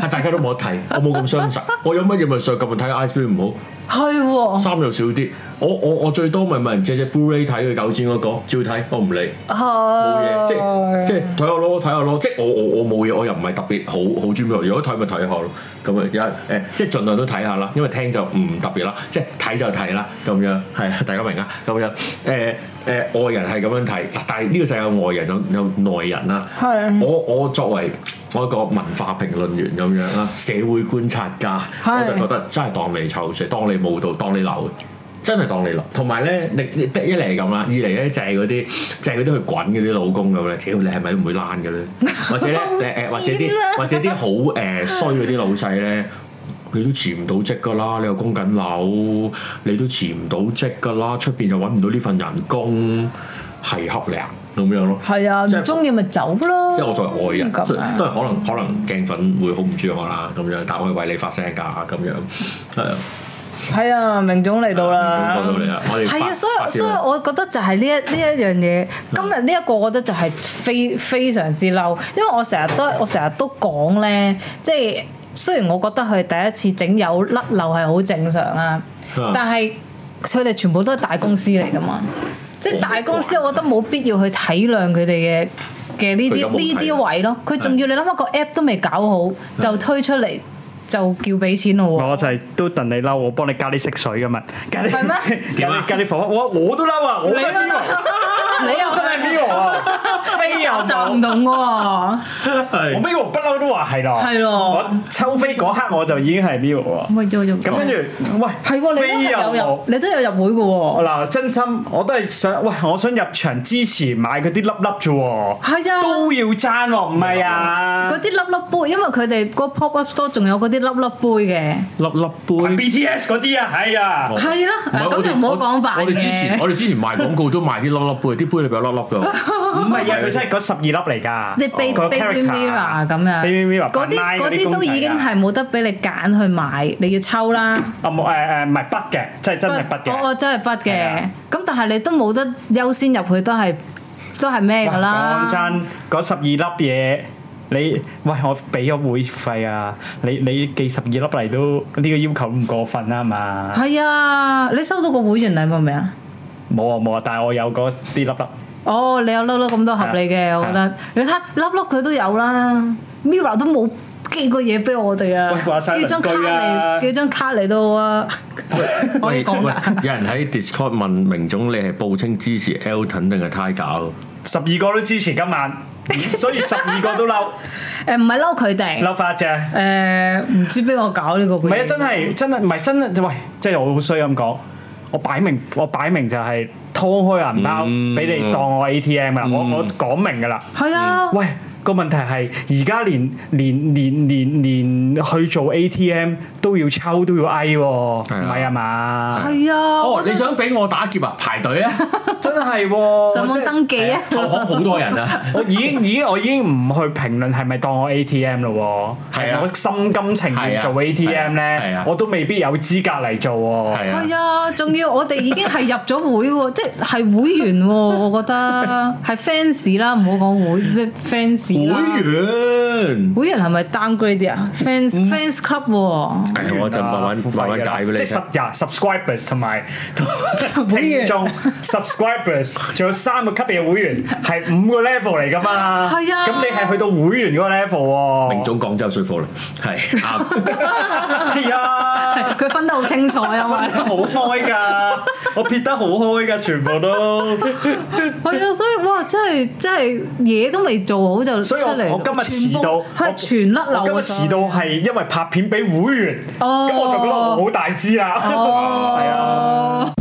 A: 係大家都冇得睇，我冇咁傷神。我有乜嘢咪上撳咪睇 I P 唔
B: 係
A: 好，
B: 喎，
A: 衫又少啲。我我我最多咪問人借隻 Blu-ray 睇佢九千嗰個，照睇，我唔理，冇
B: 啊
A: 嘢，即係即係睇下咯，睇下咯。即係我我我冇嘢，我又唔係特別好好專門。如果睇咪睇下咯，咁樣有誒，即係盡量都睇下啦，因為聽就唔特別啦，即係睇就睇啦，咁樣係啊， 大家明啊，咁樣誒誒、外人係咁樣睇，但係呢個世界有外人有有內人啦。
B: 係
A: 我我作為我一個文化評論員咁樣啦，社會觀察家，我
B: 係
A: 就覺得真係當你臭水，當你冇道，當你流。真係當你流，同埋咧，你你一嚟係咁啦，二嚟咧就係嗰啲就係嗰啲去滾嗰啲老公咁咧，屌你係咪都唔會躝嘅咧？或者咧誒誒，或者啲或者啲好誒衰嗰啲老細咧，你都辭唔到職㗎啦，你又供緊樓，你都辭唔到職㗎啦，出邊又揾唔到呢份人工，係恰糧咁樣咯。
B: 係啊，
A: 即係
B: 唔中意咪走咯。
A: 即係我作為外人，
B: 咁啊
A: 都係可能可能鏡粉會好唔中意我啦咁樣，但我係為你發聲㗎咁樣，係啊，
B: 係啊，明總嚟到
C: 明
B: 啦，
C: 總過到嚟啦我哋
B: 係啊，
C: 發
B: 所
C: 發
B: 以
C: 燒嗯
B: 所以
C: 啦
B: 我覺得就係呢一呢一樣嘢，今日呢一個我覺得就係非非常之嬲，因為我成日都我成日都講咧，即係雖然我覺得佢第一次整有甩漏係好正常啊
C: 嗯，
B: 但係佢哋全部都係大公司嚟噶嘛，即係大公司，我覺得冇必要去體諒佢哋嘅。嘅呢
C: 佢而家
B: 啲
C: 冇啊
B: 呢
C: 體
B: 啲
C: 諒
B: 位咯，佢仲要你諗下個 app 都未搞好，
C: 嗯
B: 就推出嚟就叫俾錢咯喎。
D: 我就係都戥你嬲，我幫你加啲色水噶嘛，加啲
B: 係咩
D: 加
C: 點啊
D: 啲加啲火花，我我都嬲啊，我都係 Mio，
B: 你又
D: 真係 Mio 啊，飛又
B: 就唔
D: 冇，
B: 同喎，
D: 我
A: 啊
D: Mio 不嬲都話係咯，
B: 係咯
D: 我抽飛嗰刻我就已經係 Mio 喎，
B: 咪做做
D: 咁跟住
B: 嗯係
D: 喂，
B: 喎，
D: 飛
B: 你
D: 又
B: 都有
D: 冇
B: 入，。你都有入會嘅喎。
D: 嗱，真心我都係想，喂，我想入場支持買嗰啲粒粒啫喎，
B: 係啊
D: 都要爭喎，唔係啊
B: 嗰啲粒粒杯，因為佢哋嗰 pop up store 仲有嗰啲粒粒杯嘅，
A: 粒粒杯。
D: ，BTS 嗰啲啊，係啊，
B: 係啦，
C: 係
B: 咁
C: 我
B: 又
C: 哋
B: 唔好講
C: 我
B: 白
C: 我哋之前
B: 嘅。
C: 我哋之前賣廣告都賣啲粒粒杯，啲杯裏邊有粒粒㗎。
D: 唔係啊，佢真係嗰十二粒嚟㗎，
B: 你 Baby
D: 個 Ờ, character
B: Mirror 咁樣，
D: Baby Mirror
B: 嗰啲
D: 扮拉
B: 嗰
D: 啲
B: 啲
D: 公
B: 都
D: 仔啊
B: 已經係冇得俾你揀去買，你要抽啦。
D: 啊冇誒誒唔係筆嘅，即係真係筆
B: 我我
D: 嘅。
B: 真係筆
D: 係
B: 嘅
D: 啊，
B: 咁但係你都冇得優先入去，都係都係咩㗎啦
D: 哇講？真，嗰十二粒嘢，你喂我俾咗會費啊，你你寄十二粒嚟都呢個要求唔過分啦嘛。
B: 係啊，你收到個會員禮物未啊？
D: 冇啊冇啊，但係我有嗰啲粒粒。
B: 哦，你有粒粒咁多合理嘅，
D: 係啊
B: 我覺得。你睇粒粒佢都有啦，Mira 都冇寄過嘢俾我哋啊
D: 喂，話晒
B: 寄張卡
D: 鄰居啊
B: 嚟，寄張卡嚟到 啊，可以
A: 喂
B: 講
A: 喂
B: 㗎。
A: 有人喺 Discord 問明總，你係報稱支持 Elton 定係 Tiger？
D: 十二個都支持今晚，所以十二個都嬲
B: 誒唔係嬲佢哋，
D: 嬲法啫。
B: 誒唔知俾我搞呢個
D: 唔
B: 會。
D: 係啊，真係真係唔係真係，喂，即係我好衰咁講，我擺明我擺明就係拖開銀包
C: 嗯
D: 俾你當我 ATM 啦，我我講明㗎啦。
B: 係啊，
D: 喂，個問題係而家連連連連連去做 ATM 都要抽都要挨喎，唔
A: 係啊
D: 係 啊嘛？
B: 係啊，
C: 哦
B: 我，
C: 你
B: 覺得
C: 想俾我打劫啊？排 隊啊！
D: 真係喎，
B: 上
D: 我
B: 網
D: 真係
B: 登記啊？
C: 投行好多人啊！
D: 我已經已經我已經唔去評論係咪當我 ATM 咯喎，
C: 係啊
D: 我心甘情願做
C: 係啊
D: ATM
C: 係
D: 咧
C: 啊，
D: 我都未必有資格嚟做喎。
A: 係啊
B: 係啊，仲要我哋已經係入咗會喎，即係會員喎，我覺得係 fans 啦，唔好講會，即係 fans 啦。
C: 會員
B: 會人係咪 downgrade 啲啊？fans
D: 嗯
B: fans club 喎，
A: 係哎我就慢慢
D: 啊付費
A: 慢慢
D: 㗎啦
A: 解俾你
D: 即係十
A: 聽。
D: 廿 subscribers 同埋
B: 會員
D: 聽眾 subscribers，仲有三個級別嘅會員，係五個 level 嚟㗎嘛。
B: 係啊
D: 咁你係去到會員嗰個 level 喎。
C: 明總廣州水貨啦， 係啱。
D: 係啊，
B: 佢分得好清楚啊！
D: 分得好開 㗎，我撇得好開㗎，全部都。
B: 係啊，所以哇，真係真係嘢都未做好就出
D: 所以我
B: 嚟，
D: 我今日遲到，
B: 係全甩
D: 我
B: 漏
D: 今日
B: 啊！
D: 遲到係因為拍片俾會員，
B: 哦
D: 咁我就覺得我好大支啦。係啊，
B: 哦。